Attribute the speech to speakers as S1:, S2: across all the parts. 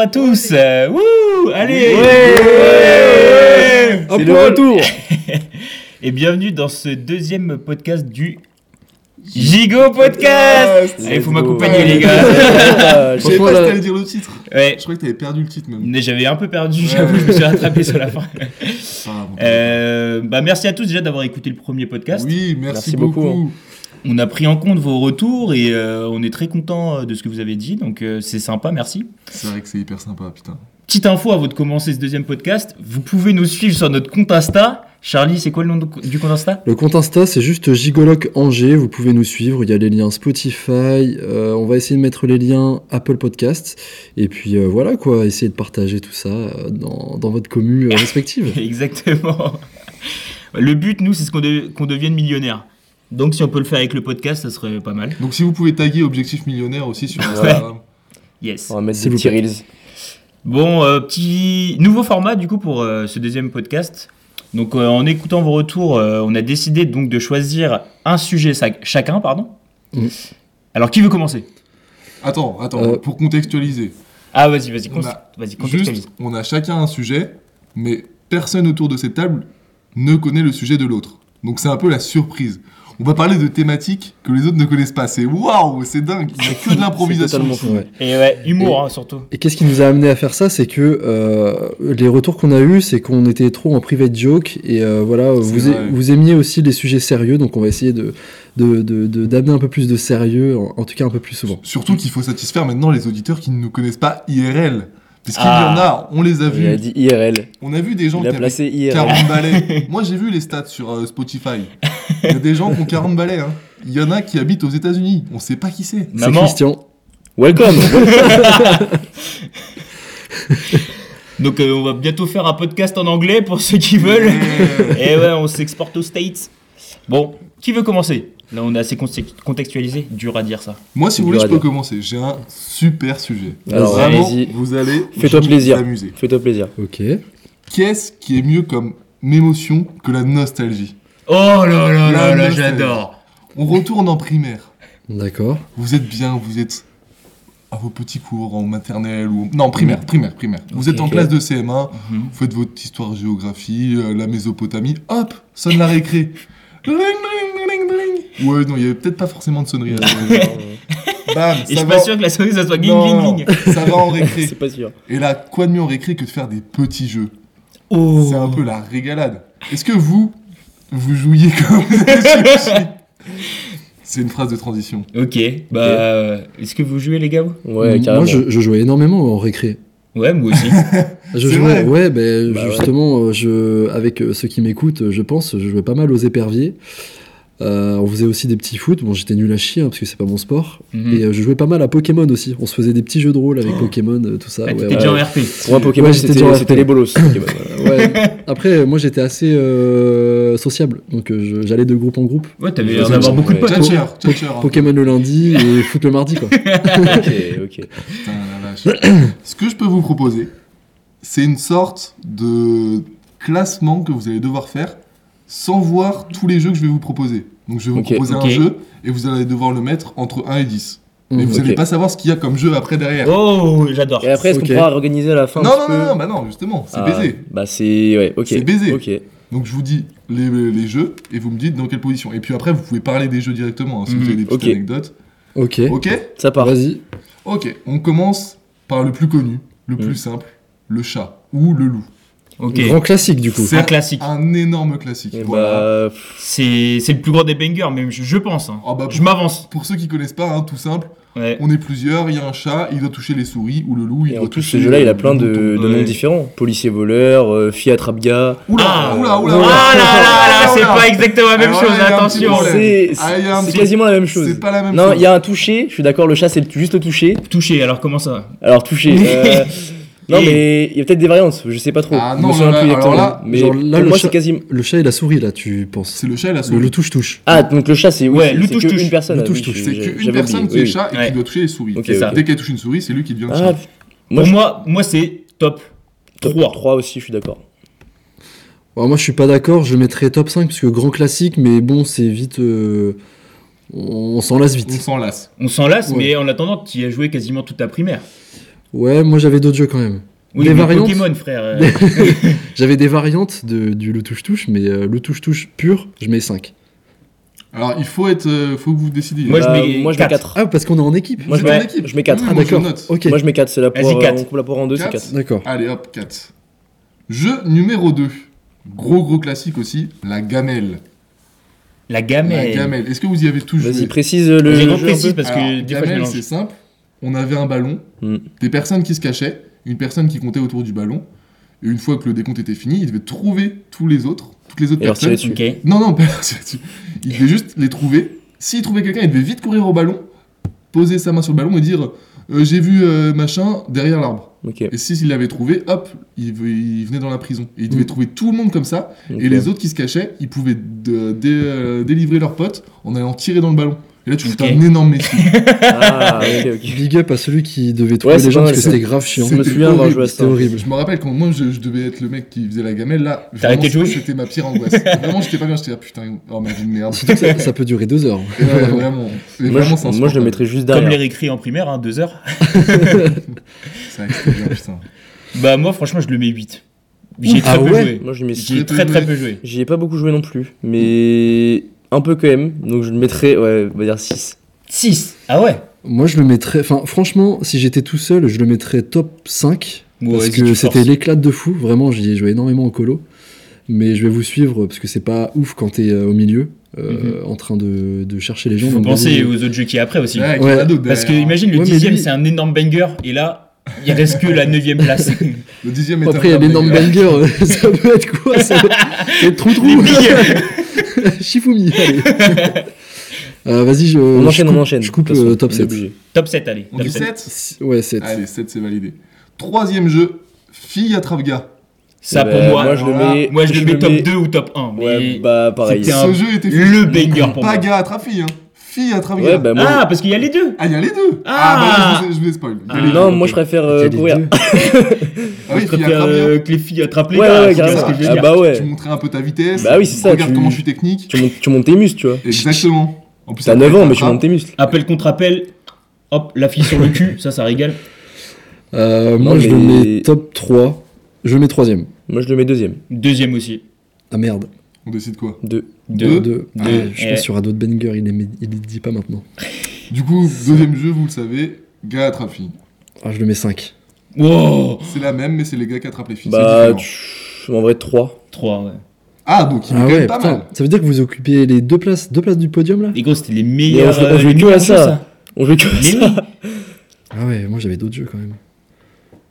S1: à tous. Euh, wouh, allez.
S2: Ouais.
S1: C'est
S2: Hop,
S1: le
S2: le
S1: retour.
S2: retour.
S3: Eh,
S1: Et bienvenue dans ce deuxième podcast du Gigo Podcast.
S2: Yes.
S1: Allez, faut
S2: Let's go.
S1: m'accompagner les gars.
S2: Ah,
S3: Je
S2: je
S3: savais
S2: sais pas,
S3: pas si
S2: là.
S3: t'allais dire le titre.
S1: Ouais.
S3: Je croyais que t'avais perdu le titre même.
S1: Mais j'avais un peu perdu, j'avoue, je me suis rattrapé sur la fin.
S3: Ah, bon.
S1: Euh, bah merci à tous déjà d'avoir écouté le premier podcast.
S3: oui, merci,
S2: Merci beaucoup.
S3: beaucoup.
S1: On a pris en compte vos retours et euh, on est très content de ce que vous avez dit, donc euh, c'est sympa, merci.
S3: C'est vrai que c'est hyper sympa, putain.
S1: Petite info avant de commencer ce deuxième podcast, vous pouvez nous suivre sur notre compte Insta. Charlie, c'est quoi le nom de- du compte Insta
S2: Le compte Insta, c'est juste Gigoloc Angers. Vous pouvez nous suivre. Il y a les liens Spotify. euh, on va essayer de mettre les liens Apple Podcast. Et puis euh, voilà quoi, essayer de partager tout ça euh, dans, dans votre commu euh, respective.
S1: Exactement. Le but, nous, c'est ce qu'on de- qu'on devienne millionnaire. Donc si on peut le faire avec le podcast, ça serait pas mal.
S3: Donc si vous pouvez taguer Objectif Millionnaire aussi sur Instagram.
S1: Yes.
S4: On va mettre
S2: S'il
S4: des
S2: vous
S4: petits
S2: plaît.
S4: reels.
S1: Bon, euh, petit nouveau format du coup pour euh, ce deuxième podcast. Donc euh, en écoutant vos retours, euh, on a décidé donc de choisir un sujet sa- chacun, pardon.
S2: Mm.
S1: Alors qui veut commencer
S3: Attends, attends,
S2: Euh.
S3: pour contextualiser.
S1: Ah vas-y, vas-y, cons-
S3: On a
S2: Bah,
S1: vas-y, contextualise.
S3: Juste, on a chacun un sujet, mais personne autour de cette table ne connaît le sujet de l'autre. Donc c'est un peu la surprise. On va parler de thématiques que les autres ne connaissent pas. C'est waouh, c'est dingue. Il n'y a que de l'improvisation.
S4: totalement
S3: ici.
S4: fou.
S2: Ouais.
S1: Et ouais, humour
S2: Et-
S1: hein, surtout.
S2: Et qu'est-ce qui nous a amené à faire ça C'est que euh, les retours qu'on a eus, c'est qu'on était trop en private joke. Et euh, voilà,
S3: C'est
S2: vous, a-
S3: vrai.
S2: vous aimiez aussi les sujets sérieux. Donc on va essayer de de- de- de- d'amener un peu plus de sérieux, en, en tout cas un peu plus souvent.
S3: Surtout qu'il faut satisfaire maintenant les auditeurs qui ne nous connaissent pas IRL. Parce qu'il
S1: Ah.
S3: y en a, on les a
S4: Il a
S3: vus.
S4: dit IRL.
S3: On a vu des gens
S4: Il
S3: qui
S4: a
S3: avaient
S4: placé IRL.
S3: 40 balais. Moi, j'ai vu les stats sur euh, Spotify. Il y a des gens qui ont 40 balais. hein. Il y en a qui habitent aux États-Unis. On sait pas qui c'est.
S2: C'est
S1: Maman.
S2: Christian.
S4: Welcome
S1: Donc euh, on va bientôt faire un podcast en anglais pour ceux qui veulent.
S3: Mais-
S1: Et ouais, on s'exporte aux States. Bon, qui veut commencer Là, on est assez context- contextualisé, dur à dire ça.
S3: Moi, si vous
S4: Dur
S3: voulez,
S4: à
S3: je peux
S4: dire.
S3: commencer. J'ai un super sujet.
S4: Alors,
S3: Vraiment,
S4: allez-y.
S3: vous allez
S4: Fais-toi
S3: vous
S4: plaisir.
S3: amuser.
S4: Fais-toi plaisir.
S2: Ok.
S3: Qu'est-ce qui est mieux comme émotion que la nostalgie
S1: Oh là là là
S3: La
S1: là,
S3: nostalgie.
S1: j'adore.
S3: On retourne en primaire.
S2: D'accord.
S3: Vous êtes bien, vous êtes à vos petits cours en maternelle ou non primaire, primaire, primaire. Vous êtes en classe de CM1,
S1: Mhm.
S3: vous faites votre histoire géographie, euh, la Mésopotamie, hop, sonne la récré. Bling, bling, bling, bling. Ouais, non, il y avait peut-être pas forcément de sonnerie. à ce moment-là. Bam,
S1: Et je
S3: ça
S1: suis
S3: va.
S1: pas sûr que la souris ça soit gling
S3: Non,
S1: gling gling.
S3: ça va en récré.
S4: C'est pas sûr.
S3: Et là, quoi de mieux en récré que de faire des petits jeux
S1: Oh.
S3: C'est un peu la régalade. Est-ce que vous, vous jouiez comme Sushi C'est une phrase de transition.
S1: Ok, bah euh, est-ce que vous jouez les gars vous
S4: Ouais,
S2: M-
S4: carrément.
S2: Moi, je, je jouais énormément en récré.
S1: Ouais, moi aussi.
S2: Ah, Je
S3: C'est
S2: jouais,
S3: vrai
S2: ouais, ben,
S4: Bah ouais.
S2: justement, euh, je, avec euh, ceux qui m'écoutent, euh, je pense, je jouais pas mal aux éperviers. Euh, on faisait aussi des petits foot. Bon, j'étais nul à chier hein, parce que c'est pas mon sport.
S1: Mhm.
S2: Et euh, je jouais pas mal à Pokémon aussi. On se faisait des petits jeux de rôle avec
S3: Oh.
S2: Pokémon, euh, tout ça.
S1: Ah,
S2: ouais,
S1: T'étais
S2: ouais.
S1: déjà en RP.
S4: Pour un Pokémon,
S2: Ouais, j'étais
S4: c'était
S2: direct.
S4: c'était les bolos. bah, Pokémon, voilà.
S2: Ouais. Après, euh, moi, j'étais assez euh, sociable, donc euh, je- j'allais de groupe en groupe.
S1: Ouais, t'avais
S2: Je
S1: l'air
S2: faisais
S1: d'avoir
S2: ça,
S1: beaucoup de
S4: ouais.
S1: potes.
S3: Tchatcher, tchatcher. hein.
S2: Pokémon le lundi et foot le mardi, quoi.
S4: ok, ok.
S3: Putain, la vache. Ce que je peux vous proposer, c'est une sorte de classement que vous allez devoir faire sans voir tous les jeux que je vais vous proposer. Donc je vais vous
S4: Ok, Mm,
S3: proposer
S1: ok.
S3: un jeu et vous allez devoir le mettre entre 1 et 10. Mais
S2: Mhm.
S3: vous n'allez
S4: Ok.
S3: pas savoir ce qu'il y a comme jeu après derrière.
S1: Oh, j'adore.
S4: Et après, est-ce qu'on
S2: Ok.
S4: pourra organiser à la fin
S3: non,
S4: un
S3: non,
S4: petit
S3: non,
S4: peu
S3: non, bah non, justement, c'est
S4: Ah,
S3: baisé.
S4: Bah, c'est. Ouais, ok.
S3: C'est baisé.
S4: Ok.
S3: Donc je vous dis les, les jeux et vous me dites dans quelle position. Et puis après, vous pouvez parler des jeux directement hein, si
S1: Mhm.
S3: vous avez des petites
S4: Mm, Ok.
S3: anecdotes.
S2: Ok.
S3: Ok
S4: Ça part.
S2: Vas-y.
S3: Ok, on commence par le plus connu, le plus
S4: Mhm.
S3: simple, le chat ou le loup.
S1: Ok.
S2: Grand classique, du coup.
S3: C'est
S1: Un classique.
S3: Un énorme classique.
S4: Et
S3: voilà.
S4: bah, pff,
S1: C'est c'est le plus grand des bangers, même je, je pense. hein.
S3: Ah bah,
S1: Je m'avance.
S3: Pour ceux qui connaissent pas, hein, tout simple,
S1: Ouais.
S3: on est plusieurs, il y a un chat, il doit toucher les souris ou le loup, il
S4: et
S3: doit
S4: en plus,
S3: toucher
S4: ce jeu-là, il a
S3: le
S4: plein de,
S3: bouton.
S4: de
S1: bouton. Ouais.
S4: noms différents. Policier voleur, euh, fille attrape-gars.
S3: Oula,
S1: Ah,
S3: oula, oula,
S1: Ah là
S3: oula.
S1: là là, c'est
S3: Oula.
S1: pas exactement la même
S3: Alors là,
S1: chose,
S3: il y a un petit
S1: attention.
S3: problème.
S4: C'est
S3: Ah, il y a un
S4: c'est
S3: petit-
S4: quasiment la même chose.
S3: C'est pas la même
S4: Non,
S3: chose.
S4: il y a un toucher, je suis d'accord, le chat c'est juste le toucher.
S1: Touché, alors comment ça
S4: Alors toucher. euh, non,
S1: Et-
S4: mais il y a peut-être des variantes, je sais pas trop.
S3: Ah
S4: Je
S3: non,
S4: me souviens
S3: là,
S4: plus
S3: là, alors
S4: exactement.
S3: là,
S4: mais
S2: genre, là,
S4: pour
S2: le
S4: moi
S2: chat-
S4: c'est quasiment.
S2: Le chat et la souris, là, tu penses.
S3: C'est le chat et la
S2: Le,
S3: souris.
S2: le touche-touche.
S4: Ah, donc le chat c'est. oui,
S1: Ouais,
S4: c'est-
S1: le
S4: c'est
S1: touche,
S4: que
S1: touche.
S4: Une personne.
S2: Le
S4: ah,
S2: touche,
S4: oui,
S2: touche.
S4: je-
S3: C'est
S4: je-
S3: qu'une
S4: j'avais
S3: personne qui
S4: oublié,
S3: est
S4: oui,
S3: chat et
S1: Ouais.
S3: qui doit toucher les souris.
S4: Ok,
S1: C'est ça.
S4: ok.
S3: Dès qu'elle touche une souris, c'est lui qui devient le
S4: Ah,
S3: chat.
S4: moi
S1: Pour moi, moi c'est top 3.
S4: 3 aussi, je suis d'accord.
S2: Alors, Bah, moi, je suis pas d'accord, je mettrais top 5 parce que grand classique, mais bon, c'est vite. euh, On, on s'en lasse
S3: On
S2: vite.
S3: s'en lasse.
S1: On s'en lasse,
S2: Ouais.
S1: mais en attendant, tu y as joué quasiment toute ta primaire.
S2: Ouais, moi j'avais d'autres jeux quand même.
S1: Oui,
S2: Des
S1: mais
S2: variantes
S1: Pokémon, frère. euh,
S2: J'avais des variantes de, du le touche-touche, mais euh, le touche-touche pur, je mets 5.
S3: Alors, il faut être. euh, faut que vous décidiez.
S1: Moi, je
S4: Bah,
S1: mets
S4: moi, je mets
S1: quatre.
S4: 4.
S2: Ah, parce qu'on est en équipe
S4: Moi, je
S3: C'est
S1: mets-
S3: ton équipe.
S4: je mets quatre.
S3: Oui,
S2: Ah,
S3: moi, je
S2: d'accord.
S3: note.
S2: Ok,
S4: Moi, je mets 4, c'est la poire.
S1: Vas-y, quatre.
S4: euh, On coupe la poire en deux, c'est
S3: Quatre.
S4: 4.
S2: d'accord.
S3: Allez, hop, 4. Jeu numéro 2. Gros, gros classique aussi, la gamelle.
S1: La
S3: La
S1: gamelle.
S3: gamelle. Ah, Est-ce que vous y avez tous joué
S4: Vas-y, précise euh, le.
S1: J'ai
S4: jeu un
S1: reprécise
S4: peu.
S1: parce
S3: Alors,
S1: que des fois je
S3: gamelle,
S1: mélange.
S3: c'est simple. On avait un ballon,
S4: Hmm.
S3: des personnes qui se cachaient, une personne qui comptait autour du ballon. Et une fois que le décompte était fini, il devait trouver tous les autres, toutes les autres
S4: Et leur tirer
S3: personnes.
S4: dessus.
S1: Ok.
S3: Non, non, pas leur tirer dessus. Il devait juste les trouver. S'il trouvait quelqu'un, il devait vite courir au ballon, poser sa main sur le ballon et dire euh, J'ai vu euh, machin derrière l'arbre.
S4: Ok.
S3: Et s'il l'avait trouvé, hop, il, ve- il venait dans la prison. Et il
S1: Hmm.
S3: devait
S2: Mm.
S3: trouver tout le monde comme ça. Et
S1: euh,
S3: les autres qui se cachaient, ils pouvaient de- dé- euh, délivrer leurs potes en allant tirer dans le ballon. Et là, tu foutais
S1: Ok.
S3: un énorme messie.
S4: Ah, ok, ok.
S2: Big up à celui qui devait trouver
S4: c'est
S2: les gens
S4: pas mal,
S2: parce que
S4: ça.
S2: c'était grave chiant.
S4: Je me souviens avoir
S2: horrible,
S4: joué à ça.
S2: C'était horrible.
S3: je me rappelle quand moi, je, je devais être le mec qui faisait la gamelle. Là, vraiment,
S1: arrêté de jouer
S3: c'était ma pire angoisse. vraiment, j'étais pas bien. J'étais là, putain, oh ma vie de merde.
S2: Surtout que ça, ça peut durer deux heures.
S3: Et ouais, vraiment. Et
S4: Moi,
S3: vraiment,
S4: je, moi,
S3: c'est
S4: je le
S3: insupportable.
S4: mettrais juste
S1: Comme
S4: derrière.
S1: les récré en primaire, hein, deux heures.
S3: C'est vrai que c'était bien, putain.
S1: Bah moi franchement je le mets 8. J'ai
S2: Ah
S1: très peu
S2: ouais
S1: joué.
S4: Moi, je lui mets six.
S1: J'ai très très peu joué.
S4: J'y ai pas beaucoup joué non plus, mais un peu quand même. Donc je le mettrais, ouais, on va dire 6.
S1: 6. Ah ouais
S2: Moi, je le mettrais. Enfin, franchement, si j'étais tout seul, je le mettrais top 5.
S1: Ouais,
S2: parce
S1: si
S2: que
S1: tu
S2: c'était
S1: forces.
S2: l'éclate de fou. Vraiment, j'y ai joué énormément en colo. Mais je vais vous suivre parce que c'est pas ouf quand t'es euh, au milieu euh, en train de, de chercher les gens.
S1: Mhm. Faut
S2: Donc,
S1: penser
S2: vas-y.
S1: aux autres jeux qui après aussi.
S3: Ouais, avec
S2: Ouais.
S3: la daube
S1: Parce que
S3: derrière. hein.
S1: imagine le
S2: Ouais, mais
S1: dixième
S2: lui-
S1: c'est un énorme banger et là il reste que la neuvième place.
S3: le dixième
S2: Après, il y a l'énorme
S3: balle.
S2: banger. ça peut être quoi ça C'est
S1: Les
S2: trou-trou.
S1: billes.
S2: Shifumi, allez. Euh, Vas-y, je.
S4: On
S2: je
S4: enchaîne,
S2: coupe-
S4: on enchaîne.
S2: Je coupe
S4: de toute
S2: le
S4: façon,
S2: top
S4: on est
S2: 7.
S4: obligé.
S1: Top 7 allez.
S3: On
S1: Top
S3: dit
S1: sept.
S3: 7
S2: Ouais, 7.
S3: euh, Allez, 7 c'est validé. Troisième jeu, fille à Travga.
S1: Ça pour
S4: Bah,
S1: moi.
S4: Moi, je le
S3: voilà.
S4: mets.
S1: Moi je le mets top
S4: mets-
S1: 2 ou top 1.
S4: Ouais,
S1: mais-
S4: bah pareil.
S1: C'était un-
S3: Ce jeu était
S1: Le banger pour moi.
S3: Pas gars à Trafi, hein. Fille à Travga.
S4: Ouais, bah moi.
S1: Ah parce qu'il y a les deux.
S3: Ah, il y a les deux
S1: Ah.
S3: bah là, je vous, je vous les spoil. Il y a
S1: Ah,
S3: les deux.
S4: non,
S1: ok.
S4: moi je préfère euh,
S2: Quel
S4: courir.
S2: idiot.
S3: Ah
S1: je
S3: oui, fille à
S1: préfère
S3: Travga.
S1: euh, que les filles attrapent les
S4: Ouais,
S1: gars.
S4: ouais,
S1: c'est
S4: carrément.
S1: ce que je veux
S4: Ah
S1: dire.
S4: bah ouais.
S3: Tu montrais un peu ta vitesse.
S4: Bah oui, c'est ça,
S3: Regarde
S4: tu-
S3: comment je suis technique.
S4: Tu montes, tu montes tes muscles, tu vois.
S3: Exactement. En plus,
S4: T'as
S3: après,
S4: 9 ans, mais tu
S3: t'attrapes.
S4: montes tes muscles.
S1: Appel contre appel. Hop, la fille sur le cul, ça ça régale.
S2: Euh, moi,
S4: Non,
S2: je le
S4: mais-
S2: mets top 3. Je le mets 3
S4: Moi je le mets deuxième.
S1: Deuxième aussi.
S2: Ah merde.
S3: On décide quoi
S4: 2.
S1: Deux.
S2: Deux.
S1: Deux.
S2: Ah,
S1: Deux.
S2: je
S1: Eh.
S2: pense qu'il y aura d'autres bangers, il les, il les dit pas maintenant.
S3: Du coup, deuxième jeu, vous le savez, gars attrape fille.
S2: Ah, je le mets 5.
S1: Wow
S3: C'est la même, mais c'est les gars qui attrapent les filles. c'est
S4: Bah,
S3: différent.
S4: tu- en vrai 3.
S1: 3 ouais.
S3: Ah, donc il est
S2: Ah
S3: quand
S2: ouais,
S3: même pas mal.
S2: putain. Ça veut dire que vous occupez les deux places, deux places du podium là
S1: Les gros c'était les meilleurs.
S4: on- on
S1: euh,
S4: jouait
S1: les
S4: que à
S1: meilleurs
S4: ça.
S1: jeux,
S4: On joue que
S1: Mais
S4: ça.
S1: oui.
S2: Ah ouais, moi j'avais d'autres jeux quand même.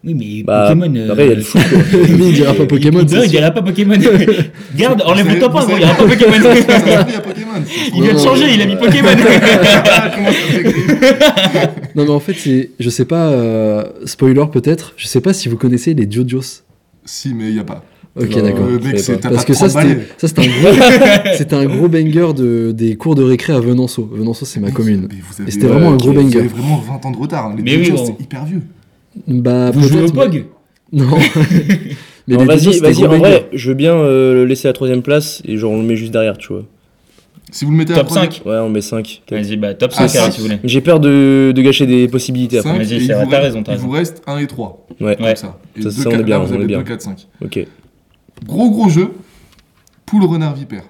S1: Oui, mais
S4: Bah,
S1: Pokémon. euh,
S4: après, il y a le foot, quoi.
S2: Mais il dira pas
S1: il-
S2: Pokémon,
S1: il-
S2: c'est
S1: non, il
S2: sûr.
S1: dira pas Pokémon. Garde, enlève
S3: Vous
S1: le top 1,
S3: savez-
S1: il dira pas
S3: Ça
S1: Pokémon.
S3: s'appelait à Pokémon.
S1: Il vient de
S2: Non,
S1: changer, il a mis Pokémon.
S3: Comment ça s'écrit
S2: Non, mais en fait, c'est. Je sais pas. euh, spoiler peut-être. Je sais pas si vous connaissez les JoJo's.
S3: Si, mais il n'y a pas.
S2: Ok,
S4: Non,
S2: d'accord.
S3: Le
S4: je
S3: mec,
S4: sais
S3: c'est-
S4: pas.
S3: euh, t'as
S2: Parce
S3: pas
S2: que ça,
S3: 30 balais.
S2: c'était ça, c'était un gros, c'était un gros banger de, des cours de récré à Venanceau. Venanceau, c'est ma commune.
S3: Mais vous avez- euh,
S2: Et c'était vraiment un gros
S3: vous avez
S2: banger.
S3: vraiment 20 ans de retard. hein. Les
S1: Mais
S3: deux
S1: oui,
S3: jeux,
S1: gros.
S3: c'est hyper vieux.
S2: Bah,
S1: Vous jouez au
S2: peut-être, mais-
S1: POG
S2: Non.
S4: Non,
S2: mais les JoJo's,
S4: Vas-y,
S2: c'était
S4: vas-y,
S2: gros
S4: en
S2: banger.
S4: vrai, je veux bien euh, le laisser à troisième place et genre on le met juste derrière, tu vois.
S3: Si vous le mettez à
S1: Top
S3: trois-
S1: 5
S4: Ouais, on met 5.
S1: Vas-y, bah top
S3: Ah,
S1: 5 alors,
S3: six.
S1: si vous voulez.
S4: J'ai peur de, de gâcher des possibilités après.
S3: cinq,
S1: Vas-y,
S3: et
S1: c'est
S3: il
S1: vrai,
S3: vous
S1: t'as
S3: reste-
S1: raison, t'as
S3: Il vous reste 1 et 3.
S4: Ouais.
S1: Ouais.
S3: Ça. Et
S4: Ça, ça,
S3: deux,
S4: on est
S3: quatre-
S4: bien,
S3: là, vous
S4: on est
S3: avez
S4: bien.
S3: 2, 4, 5.
S4: Ok.
S3: Gros gros jeu. Poule renard vipère.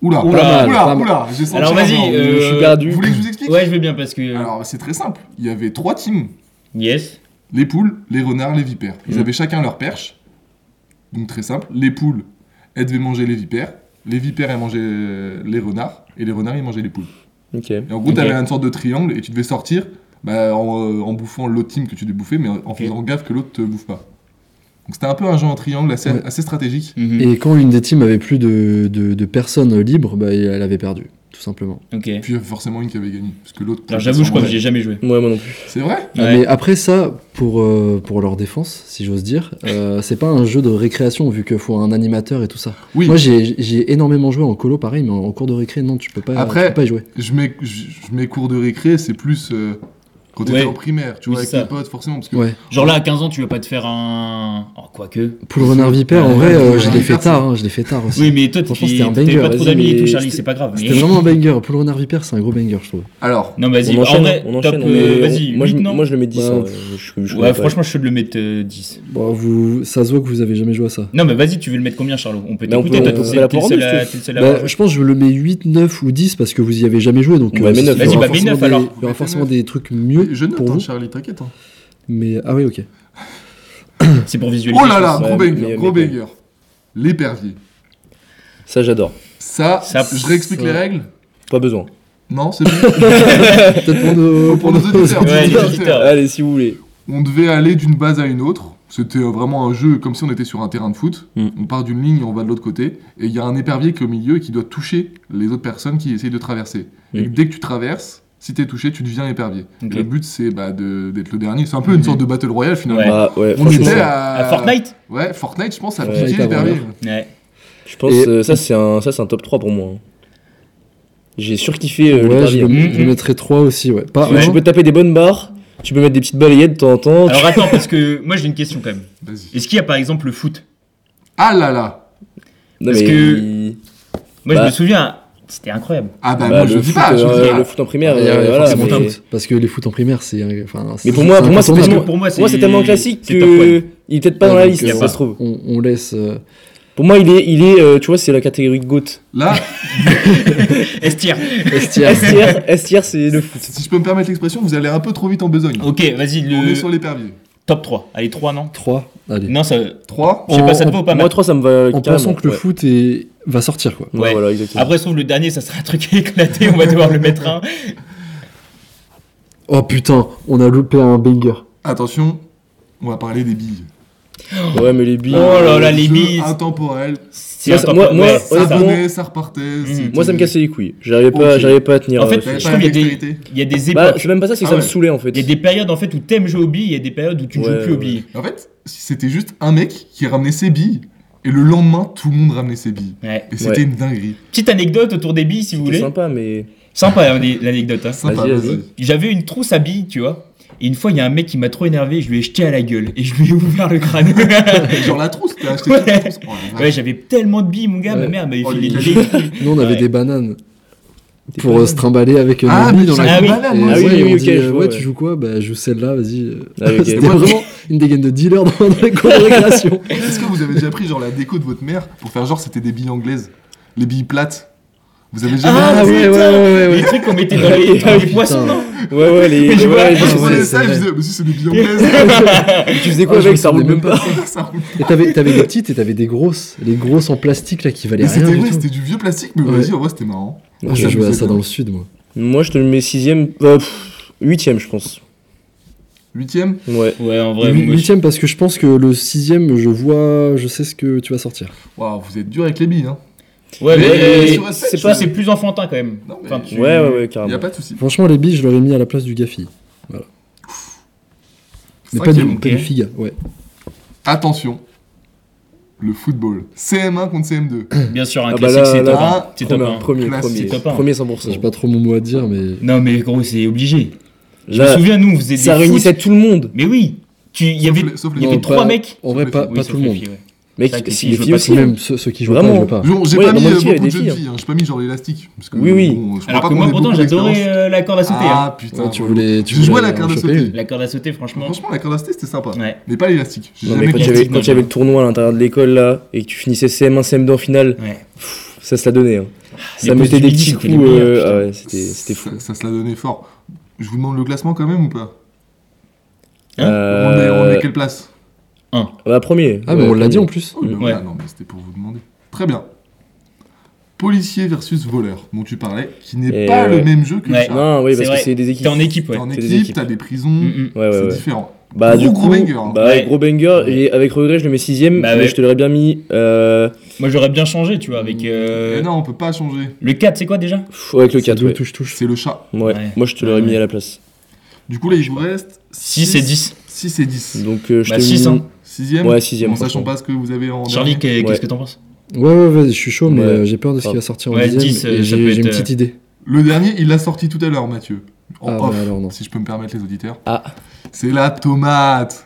S3: Oula,
S1: Oula,
S3: oula,
S2: pas
S3: oula,
S2: mal.
S3: j'ai senti
S1: Alors
S3: un
S1: vas-y,
S3: genre.
S1: euh,
S4: Je suis
S3: Vous
S4: perdu.
S3: voulez que je vous explique
S1: Ouais, je veux bien parce que.
S3: Alors c'est très simple. Il y avait trois teams.
S1: Yes.
S3: Les poules, les renards, les vipères. Ils
S1: Mhm.
S3: avaient chacun leur perche. Donc très simple. Les poules, elles devaient manger les vipères. Les vipères, elles mangeaient euh, les renards. Et les renards, ils mangeaient les poules.
S4: Ok.
S3: Et en gros,
S1: Ok.
S3: t'avais une sorte de triangle et tu devais sortir bah, en, euh, en bouffant l'autre team que tu devais bouffer, mais en, en faisant gaffe que l'autre te bouffe pas. Donc c'était un peu un jeu en triangle assez,
S2: Ouais.
S3: assez stratégique.
S1: Mhm.
S2: Et quand une des teams avait plus de, de, de personnes libres, bah, elle avait perdu, tout simplement.
S1: Ok.
S3: Et puis il y avait forcément une qui avait gagné. Parce que l'autre.
S1: Alors j'avoue, je crois que j'ai jamais joué.
S4: Ouais, moi non plus.
S3: C'est vrai
S1: Ouais.
S2: Ah, Mais après ça, pour, euh, pour leur défense, si j'ose dire, euh, c'est pas un jeu de récréation vu qu'il faut un animateur et tout ça.
S3: Oui.
S2: Moi j'ai j'ai énormément joué en colo, pareil, mais en, en cours de récré, non, tu peux pas,
S3: Après-
S2: tu peux pas y jouer.
S3: Je mets, je, je mets cours de récré, c'est plus. euh, quand t'étais
S1: Ouais.
S3: en primaire, tu
S1: Oui,
S3: vois, avec
S1: c'est ça.
S3: tes potes, forcément, parce que
S2: Ouais.
S1: Genre là, à 15 ans, tu vas pas te faire un. Oh, quoique.
S2: Pour le renard vipère, en
S1: Ouais,
S2: vrai,
S1: ouais,
S2: euh,
S3: ouais,
S2: je
S3: ouais.
S2: l'ai fait tard. hein, je l'ai fait tard aussi.
S1: Oui, mais toi, t'es-
S2: Franchement, c'était un
S1: t'avais
S2: banger,
S1: pas trop
S2: vas-y,
S1: d'amis et
S2: mais
S1: tout, Charlie,
S2: c'était-
S1: c'est pas grave.
S2: C'était
S1: mais-
S2: vraiment un banger. Pour le renard vipère, c'est un gros banger, je trouve.
S3: Alors,
S1: Non, vas-y,
S4: On enchaîne,
S1: en vrai,
S4: on enchaîne.
S1: top,
S4: on est-
S1: euh,
S4: on-
S1: vas-y,
S4: moi, je,
S1: 8, non
S4: moi je le mets 10.
S2: Ouais,
S4: hein, je- je- je connais
S1: Ouais,
S4: pas.
S1: franchement, je suis de le mettre euh, 10.
S2: Bon, vous, ça se voit que vous avez jamais joué à ça.
S1: Non, mais vas-y, tu veux le mettre combien, Charlot On peut
S4: Mais Ben, on
S1: t'écouter,
S4: peut-
S1: t'as
S4: on
S1: tout
S4: peut
S1: seul
S4: la
S1: t'es le
S4: prendre,
S1: seul à- t'es le seul à
S2: Bah,
S1: avoir joué.
S2: je pense que je le mets 8, 9 ou 10 parce que vous y avez jamais joué. Donc,
S4: On va
S2: euh,
S4: mettre neuf.
S2: il y aura
S4: Vas-y, bah,
S1: mets
S2: forcément
S1: neuf, alors.
S2: des- Il y aura
S3: Mets
S2: forcément
S3: neuf.
S2: des trucs mieux
S3: je note,
S2: pour
S3: hein,
S2: vous.
S3: Charlie, t'inquiète. hein.
S2: Mais, ah oui, ok.
S1: C'est pour visualiser.
S3: Oh là
S1: je
S3: là,
S1: pense.
S3: gros
S4: ouais,
S3: banger,
S4: mais-
S3: gros
S4: mais-
S3: banger. L'épervier.
S4: Ça, j'adore.
S3: Ça,
S1: Ça-
S3: je réexplique
S2: ça-
S3: les règles
S4: Pas besoin.
S3: Non, c'est bon.
S2: Peut-être pour nos,
S3: Pour nos auditeurs.
S1: Ouais, les auditeurs.
S4: Allez, si vous voulez.
S3: On devait aller d'une base à une autre. C'était euh, vraiment un jeu comme si on était sur un terrain de foot.
S4: Mm.
S3: On part d'une ligne, on va de l'autre côté. Et il y a un épervier qui est au milieu et qui doit toucher les autres personnes qui essayent de traverser.
S4: Mm.
S3: Et dès que tu traverses, si t'es touché, tu deviens épervier.
S1: Ok.
S3: Et le but, c'est bah, de- d'être le dernier. C'est un peu une sorte de battle royale finalement.
S1: Ouais.
S4: Ah, Mm. ouais,
S3: On
S4: franchement,
S3: était
S4: ça-
S3: à...
S1: À Fortnite
S3: Ouais, Fortnite, je pense, a
S4: Ouais.
S3: piqué
S2: Fortnite avant
S3: l'épervier.
S1: Ouais.
S4: Je pense
S2: Et-
S4: euh, ça c'est un ça c'est un top 3 pour moi. hein. J'ai surkiffé euh,
S2: Ouais,
S4: le Barbie,
S2: je, le,
S4: hein.
S1: Mm,
S2: je
S1: mm.
S2: mettrais 3 aussi, ouais. Pas
S4: Tu-
S2: un.
S4: Tu peux taper des bonnes barres, tu peux mettre des petites balayettes de temps en temps. tu-
S1: Alors attends, parce que moi j'ai une question quand même.
S3: Vas-y.
S1: Est-ce qu'il y a par exemple le foot
S3: Ah là là
S4: Non,
S1: parce
S4: mais
S1: que-
S4: il-
S1: Moi je
S4: Bah.
S1: me souviens, c'était incroyable.
S3: Ah bah,
S4: bah,
S3: moi,
S4: le,
S3: je dis
S4: foot,
S3: pas, je
S4: euh,
S3: dis pas.
S4: le foot en primaire
S2: Ouais,
S4: euh,
S2: ouais,
S4: voilà,
S2: forcément,
S4: mais...
S2: foot. Parce que les foot en primaire, c'est. euh, Enfin,
S4: mais
S2: c'est-
S4: pour moi
S2: c'est
S4: pour moi c'est
S2: important parce
S4: tellement
S2: que-
S1: pour moi,
S4: pour moi, c'est
S1: c'est-
S4: tellement classique
S1: c'est top
S4: que il est peut-être pas dans la
S2: Ouais,
S4: liste,
S2: donc,
S1: euh,
S4: ça se trouve.
S2: On, on laisse. euh,
S4: Pour moi, il est il est euh, tu vois, c'est la catégorie GOAT.
S3: Là,
S1: Estière
S2: Estière.
S4: S tier c'est le foot.
S3: si je peux me permettre l'expression, vous allez un peu trop vite en besogne.
S4: Euh,
S1: Ok, vas-y,
S3: On
S1: le
S3: est sur l'épervier.
S1: top 3. Allez, 3, non
S2: 3. Allez.
S1: Non, ça.
S3: 3
S1: Je sais pas,
S2: En-
S1: ça te va ou pas,
S4: Moi
S1: Matt
S4: 3 ça me va
S2: En
S4: carrément,
S2: Euh, pensant que le
S4: ouais.
S2: foot est- va sortir, quoi.
S4: Ouais,
S1: Ouais.
S4: voilà, exactement.
S1: Après, je trouve le dernier, ça sera un truc éclaté, on va devoir le mettre un.
S2: Oh putain, on a loupé un banger.
S3: Attention, on va parler des billes.
S4: Ouais, mais les billes.
S1: Oh là là,
S3: Euh, Jeu
S1: les billes
S3: Intemporel,
S1: C'est
S4: Moi,
S1: un
S4: ça-
S1: top-
S4: moi- moi,
S1: ouais, c'est
S3: ça
S1: ça.
S4: honnêtement,
S3: venait, ça repartait. c'était-
S4: Moi ça me cassait les couilles. J'arrivais pas
S3: Ok.
S4: j'arrivais pas à tenir.
S1: En
S4: euh,
S1: fait,
S4: ce-
S1: je
S3: pas
S1: trouve
S3: la
S1: qu'il y, a des-
S3: dextérité.
S1: il y a des
S4: Bah,
S1: époques.
S4: c'est même pas ça, c'est que
S3: Ah
S4: ça me
S3: ouais.
S4: saoulait en fait.
S1: Il y a des périodes en fait où t'aimes jouer aux billes, il y a des périodes où tu ne
S4: Ouais,
S1: joues plus
S4: ouais.
S1: aux billes.
S3: En fait, si c'était juste un mec qui ramenait ses billes, et le lendemain, tout le monde ramenait ses billes.
S1: Ouais.
S3: Et c'était
S4: Ouais.
S3: une dinguerie.
S1: Petite anecdote autour des billes si vous
S4: C'est
S1: voulez.
S4: sympa, mais.
S1: Sympa hein, l'anecdote. hein.
S3: Sympa,
S4: Vas-y,
S3: vas-y.
S4: vas-y.
S1: J'avais une trousse à billes, tu vois. Et une fois, il y a un mec qui m'a trop énervé, je lui ai jeté à la gueule et je lui ai ouvert le crâne.
S3: Genre la trousse, t'as acheté
S1: Ouais.
S3: toute la trousse. Oh, la vache.
S1: ouais, j'avais tellement de billes, mon gars,
S2: Ouais.
S1: ma mère m'avait
S3: Oh,
S1: filé
S3: les
S1: des billes.
S2: Nous, on avait
S1: Ouais.
S2: des bananes
S4: Des
S2: pour
S4: bananes.
S2: euh, se trimballer avec euh,
S3: Ah,
S2: nos
S3: mais
S2: billes dans la
S1: ah
S3: j'avais
S1: oui.
S3: pas la
S2: Et
S3: main.
S4: Ah oui,
S2: ouais,
S4: oui,
S2: on
S4: oui,
S2: dit,
S4: ok, je
S2: euh,
S4: vois,
S2: ouais,
S4: ouais.
S2: tu joues quoi Bah, je joue celle-là, vas-y. euh.
S4: Ah, ok.
S2: C'était
S3: Moi,
S2: vraiment une dégaine de dealer dans la cour de récréation.
S3: Est-ce que vous avez déjà pris genre la déco de votre mère pour faire genre c'était des billes anglaises Les billes plates Vous avez jamais
S1: Ah,
S3: vu ça
S1: oui, putain.
S2: ouais,
S1: Les trucs qu'on mettait dans les, dans les
S2: Putain.
S1: poissons, hein. non
S4: Ouais, ouais, les.
S1: Mais je
S4: Ah, ouais,
S1: vois-
S4: les-
S3: Moi, je
S2: ouais,
S3: voyais
S2: c'est
S3: ça, je
S2: vrai.
S3: disais, mais si c'est des billes anglaises
S4: Tu faisais quoi
S2: Ah, je me
S4: avec Ça roule
S2: souvenais
S4: même
S2: même
S4: pas.
S3: Ça roule.
S2: Et t'avais, t'avais des petites et t'avais des grosses. Les grosses en plastique là qui valaient
S3: Mais
S2: rien.
S3: c'était
S2: du
S3: ouais,
S2: tout.
S3: c'était du vieux plastique, mais
S2: Ouais.
S3: vas-y, en vrai, c'était marrant.
S2: Ah, je
S3: Ok,
S2: jouais à
S3: je
S2: ça
S3: sais
S2: dans
S3: pas.
S2: le sud, moi.
S4: Moi, je te le mets 6ème. 8ème, je pense.
S3: Huitième
S4: Ouais.
S1: Ouais, en vrai,
S2: Le
S1: moi, je-
S2: Huitième, parce que je pense que le sixième, je vois, je sais ce que tu vas sortir.
S3: Waouh, vous êtes dur avec les billes, hein.
S1: Ouais,
S3: Mais-
S1: mais,
S3: mais-
S1: c'est pas- c'est plus enfantin quand même.
S3: Non, mais-
S1: Enfin, tu-
S4: Ouais, ouais, ouais,
S3: Y a
S4: carrément.
S3: pas de soucis.
S2: Franchement, les billes, je l'aurais mis à la place du gaffi. Voilà. Mais pas du,
S3: Cinquième.
S2: pas du figa, ouais.
S3: Attention, le football. CM1 contre CM2.
S1: Bien sûr, un
S4: Ah bah
S1: classique,
S4: là,
S1: c'est top.
S3: là,
S1: hein. C'est top.
S4: Premier,
S1: hein.
S4: premier,
S3: Classe,
S4: premier.
S1: c'est top un.
S4: Premier
S2: J'ai
S4: 100%.
S2: pas trop mon mot à dire, mais.
S1: Non, mais gros, c'est obligé. Je me
S4: Là,
S1: souviens, nous, on faisait des.
S4: ça
S1: foot.
S4: réunissait tout le monde.
S1: Mais oui, tu- il y avait.
S3: les- sauf les
S1: il y avait
S2: Non,
S1: trois
S2: pas-
S1: mecs.
S2: En vrai,
S3: Sauf
S2: pas,
S1: Oui,
S2: pas
S1: sauf
S2: tout le
S1: les
S2: monde.
S1: filles, ouais.
S4: Mec,
S1: C'est vrai que
S4: si
S1: les
S4: les
S1: filles
S4: filles aussi. hein.
S2: Même ceux, ceux qui jouent pas,
S4: Vraiment.
S2: ils jouent pas.
S3: Bon, J'ai
S4: Ouais,
S3: pas
S4: dans
S3: mis
S4: mon
S3: euh,
S4: équipe, il y avait
S3: beaucoup de
S4: des
S3: jeunes
S4: filles, hein.
S3: filles, hein. j'ai pas mis genre l'élastique. parce que,
S4: Oui, oui.
S3: bon, je crois
S1: Alors
S3: pas
S1: que
S3: qu'on
S1: moi,
S3: ait
S1: pourtant,
S3: beaucoup
S1: j'adorais
S3: d'expérience.
S1: euh, la corde à sauter. hein.
S3: Ah putain,
S2: Ouais, tu voulais, tu
S3: J'ai joué
S2: voulais
S3: à la
S2: en
S3: corde à
S2: choper
S3: sauter.
S2: une.
S1: La corde à sauter, franchement.
S3: Franchement, la corde à sauter, c'était sympa.
S1: Ouais.
S3: Mais pas l'élastique. J'ai
S4: Non, mais
S3: jamais
S4: quand il y
S1: classique,
S4: avait,
S1: moi,
S4: quand il y avait
S1: j'aime.
S4: le tournoi à l'intérieur de l'école là, et que tu finissais CM1, CM2 en finale,
S1: Ouais.
S4: ça se la donnait. hein.
S1: les
S4: Ça mettait
S1: pauses
S4: des
S1: du midi,
S4: petits
S1: c'était les
S4: coups. euh,
S1: meilleurs, putain.
S4: ah ouais, c'était c'était fou.
S3: Ça, ça se la donnait fort. Je vous demande le classement quand même ou pas
S1: Hein
S4: Euh,
S3: on, est, on est quelle place
S4: bah, premier.
S2: Ah, mais
S4: Ouais,
S2: on l'a dit en
S4: premier.
S2: plus.
S3: Oh, ben
S4: Ouais.
S3: voilà, Non, mais c'était pour vous demander. Très bien. Policier versus voleur, dont tu parlais, qui
S4: Et
S3: n'est pas
S4: ouais.
S3: le même jeu que
S1: Ouais.
S3: ça.
S4: Non, oui,
S1: C'est
S4: parce
S1: vrai.
S4: que c'est des équipes.
S1: T'es en équipe, ouais.
S3: T'es en
S4: c'est des
S3: équipe,
S4: équipes.
S3: t'as des prisons,
S1: Mm, mm.
S4: Ouais, ouais,
S3: c'est
S4: ouais.
S3: différent.
S4: Bah,
S3: Gros,
S4: du
S3: gros
S4: coup,
S3: banger, hein.
S4: bah,
S1: Ouais.
S4: gros banger. Et avec regret, je le mets 6ème.
S1: Bah
S4: mais
S1: ouais.
S4: je te l'aurais bien mis. Euh,
S1: Moi, j'aurais bien changé, tu vois, avec. euh,
S3: Et non, on peut pas changer.
S1: Le 4, c'est quoi déjà
S4: pff, avec le
S2: C'est
S4: 4.
S2: double
S4: Ouais.
S2: touche-touche.
S3: C'est le chat.
S4: Ouais.
S1: Ouais.
S4: Moi, je te l'aurais
S1: Ouais.
S4: mis à la place.
S3: Du coup, là, il vous reste
S1: 6 et 10.
S3: 6 et 10.
S4: Donc, euh, je
S1: Bah,
S4: te
S1: 6,
S4: mets-
S1: hein.
S3: Sixième
S4: Ouais, sixième,
S3: En sachant
S4: franchement.
S3: pas ce que vous avez en.
S1: Charlie,
S3: dernier.
S1: qu'est-
S4: Ouais.
S1: qu'est-ce que t'en penses
S2: Ouais, ouais, vas-y, je suis chaud, mais
S4: Ouais.
S2: euh, j'ai peur de ce qui va sortir en
S1: Ouais,
S2: dixième.
S1: 10, euh,
S2: et
S1: ça peut
S2: J'ai j'ai une
S1: être,
S2: petite idée.
S3: Le dernier, il l'a sorti tout à l'heure, Mathieu. en
S2: Ah, bah
S3: off,
S2: alors non.
S3: si je peux me permettre, les auditeurs.
S4: Ah.
S3: C'est la tomate.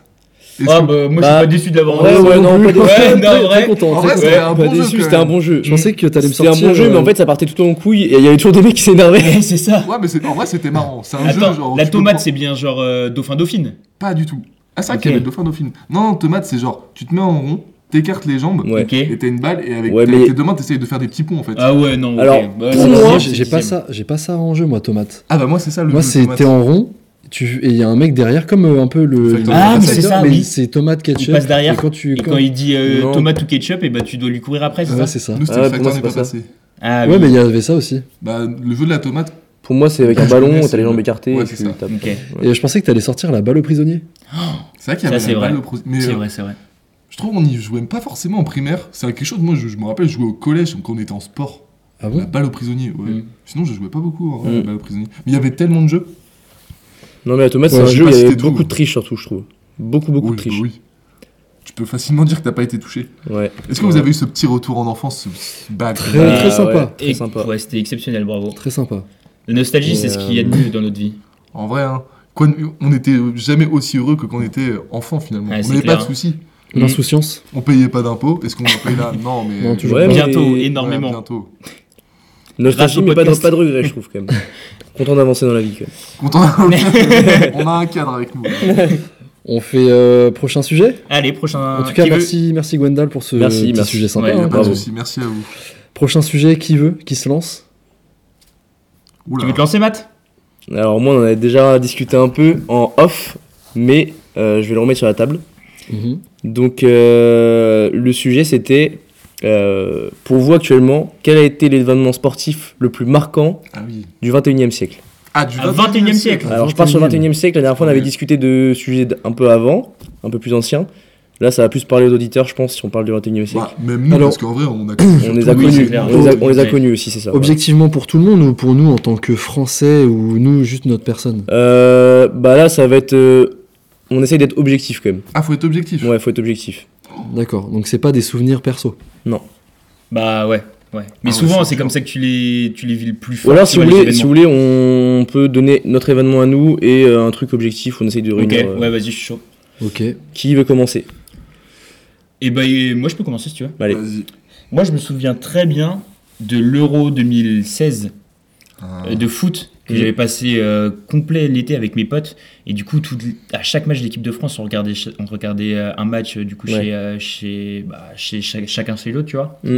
S3: Est-ce
S1: Ah bah,
S3: que-
S1: moi je suis
S4: Bah,
S1: pas déçu de l'avoir
S4: Ouais,
S1: enlevé.
S4: ouais, non, pas
S2: plus.
S4: déçu.
S1: Ouais, non, en
S2: très
S1: vrai.
S2: content.
S3: En
S2: très
S3: vrai,
S2: content.
S3: c'était un
S4: pas
S3: bon jeu.
S4: déçu,
S3: quand
S4: c'était un
S3: même.
S4: bon jeu.
S2: Je
S1: Mm.
S2: pensais que t'allais me
S4: C'était un
S2: sortir. euh,
S4: bon jeu, mais en fait, ça partait tout en couille et il y avait toujours des mecs qui s'énervaient.
S1: c'est ça.
S3: Ouais, mais c'est- en vrai, c'était marrant. C'est un
S1: Attends,
S3: jeu genre.
S1: la
S3: tu peux
S1: tomate,
S3: prendre-
S1: c'est bien genre euh, dauphin-dauphine.
S3: Pas du tout. Ah, c'est vrai
S1: Ok.
S3: qu'il y avait le dauphin dauphine. Non, non, tomate, c'est genre, tu te mets en rond, t'écartes les jambes,
S4: Ouais.
S1: Ok.
S3: et t'as une balle, et avec
S4: Ouais,
S3: avec
S4: mais-
S3: tes deux mains, t'essayes de faire des petits ponts en fait.
S1: Ah ouais, non. ok.
S4: Alors,
S1: Ouais,
S4: pour
S1: c'est
S2: Ah,
S4: moi,
S1: dixième,
S2: moi,
S1: c'est
S2: j'ai j'ai pas
S1: dixième.
S2: ça, j'ai pas ça en jeu, moi, tomate.
S3: Ah bah, moi, c'est ça le
S2: Moi,
S3: jeu.
S2: c'est
S3: tomate.
S2: t'es en rond. Tu, et il y a un mec derrière, comme euh, un peu le.
S3: Facteur
S2: le-
S3: Ah, mais
S2: facteur,
S1: c'est ça,
S2: mais
S1: oui.
S2: C'est tomate ketchup.
S1: passe derrière,
S2: Et quand tu.
S1: Et
S2: quand-
S1: quand il dit euh,
S4: Non.
S1: tomate ou ketchup, et bah tu dois lui courir après, c'est
S2: Ouais,
S1: ça
S2: c'est ça.
S3: Nous, c'était
S4: Ah,
S3: le
S4: pour moi,
S3: facteur n'est
S4: c'est
S3: pas
S4: pas ça.
S3: passé.
S1: Ah
S2: Ouais, mais il y avait ça aussi.
S3: Bah, le jeu de la tomate,
S4: Pour moi, c'est avec un
S3: Je connais,
S4: ballon,
S3: c'est
S4: t'as les
S3: le-
S4: jambes écartées.
S3: Ouais,
S4: et
S3: c'est
S4: tu
S3: ça.
S4: tapes.
S1: Ok.
S4: Ouais.
S2: Et je pensais que t'allais sortir la balle au prisonnier.
S3: c'est vrai qu'il
S1: Ça,
S3: y avait
S1: c'est
S3: la
S1: vrai.
S3: balle au pro- Mais
S1: C'est
S3: euh,
S1: vrai, c'est vrai.
S3: je trouve qu'on y jouait pas forcément en primaire. C'est quelque chose, moi, je, je me rappelle, je jouais au collège quand on était en sport. La
S2: Ah
S1: Mmh.
S2: bon
S3: balle au prisonnier, ouais.
S1: Mm.
S3: Sinon, je jouais pas beaucoup, en vrai,
S1: Mmh.
S3: la
S4: Mm.
S3: balle au prisonnier. Mais il y avait tellement de jeux.
S4: Non, mais la tomate, c'est
S2: Ouais,
S4: un
S3: je sais
S4: jeu,
S3: pas
S4: il y
S3: si
S4: avait
S3: t'es tout,
S4: beaucoup
S3: ouais.
S4: de triche surtout, je trouve. Beaucoup, beaucoup
S3: Oui,
S4: de triche.
S3: bah oui. Tu peux facilement dire que t'as pas été touché.
S4: Ouais.
S3: Est-ce que vous avez eu ce petit retour en enfance, ce bac
S2: Très,
S1: Bah,
S2: très sympa.
S4: Très
S1: Et-
S4: sympa.
S1: Ouais, c'était exceptionnel, bravo.
S2: Très sympa.
S1: La nostalgie,
S4: Et,
S1: c'est ce
S4: euh,
S1: qu'il y a de mieux dans notre vie.
S3: En vrai, hein, quoi, on n'était jamais aussi heureux que quand on était enfant finalement.
S1: Ouais,
S3: on
S1: c'est
S3: n'avait
S1: clair,
S3: pas de
S1: hein.
S3: soucis.
S1: Mm.
S2: L'insouciance.
S3: On payait pas d'impôts. Est-ce qu'on en paye là Non, mais.
S2: Non, toujours
S4: Ouais,
S2: pas.
S4: mais-
S1: Bientôt,
S4: Ouais,
S1: énormément.
S3: Ouais, bientôt.
S1: Grâce au
S4: Nostalgie, mais pas de,
S1: podcast.
S4: pas de regret, je trouve, quand même. Content d'avancer dans la vie, quand même.
S3: Content d'avoir- on a un cadre avec nous. là.
S2: On fait euh, prochain sujet
S1: Allez, prochain.
S2: En tout cas,
S1: qui veut
S2: merci, merci Gwendal pour ce
S4: Merci,
S2: petit
S4: merci.
S2: sujet sympa.
S1: Ouais,
S2: hein.
S3: Pas de
S4: Bravo.
S3: soucis, merci à vous.
S2: Prochain sujet, qui veut Qui se lance
S1: Tu
S3: Oula.
S1: veux te lancer, Matt
S4: Alors, moi, on en a déjà discuté un peu en off, mais euh, je vais le remettre sur la table.
S1: Mm-hmm.
S4: Donc, euh, le sujet, c'était euh, pour vous actuellement, quel a été l'événement sportif le plus marquant
S3: Ah oui.
S4: du 21e siècle
S3: Ah, du
S1: Ah,
S3: 21e
S1: 21e
S3: siècle.
S1: siècle.
S4: Alors, je pars sur le 21e siècle. La dernière fois, on avait
S3: Oui.
S4: discuté de sujets d- un peu avant, un peu plus anciens. Là, ça va plus parler aux auditeurs, je pense, si on parle du 21e siècle.
S3: Bah, même nous,
S2: Alors-
S3: parce qu'en vrai, on a.
S4: on les a
S1: oui, c'est
S4: connus.
S1: clair.
S4: On les a, on les a
S1: Oui.
S4: connus aussi, c'est ça. voilà.
S2: Objectivement pour tout le monde ou pour nous en tant que Français ou nous, juste notre personne
S4: Euh, bah là, ça va être. euh, on essaye d'être objectif quand même.
S3: Ah, faut être objectif.
S4: Ouais, faut être objectif.
S2: D'accord, donc c'est pas des souvenirs perso.
S1: Bah ouais, ouais. Mais
S3: Ah,
S1: souvent,
S3: ouais,
S1: c'est
S3: c'est
S1: comme
S3: sûr.
S1: ça que tu les, tu les vis le plus fort.
S4: Ou alors,
S1: tu
S4: si vous,
S1: vois, les
S4: voulez, si vous
S1: événements.
S4: voulez, on peut donner notre événement à nous et euh, un truc objectif. On essaye de réunir.
S1: Ok,
S4: euh,
S1: ouais, vas-y, je suis chaud.
S2: Ok.
S4: Qui veut commencer
S1: Et bah, et moi, je peux commencer si tu veux.
S4: Allez.
S3: Vas-y.
S1: Moi, je me souviens très bien de l'Euro 2016
S3: Ah.
S1: euh, de foot que
S4: Mhm.
S1: j'avais passé euh, complet l'été avec mes potes. Et du coup, tout, à chaque match de l'équipe de France, on regardait, ch- on regardait euh, un match euh, du coup
S4: Ouais.
S1: chez, euh, chez, bah, chez cha- chacun chez l'autre, tu vois.
S4: Mm.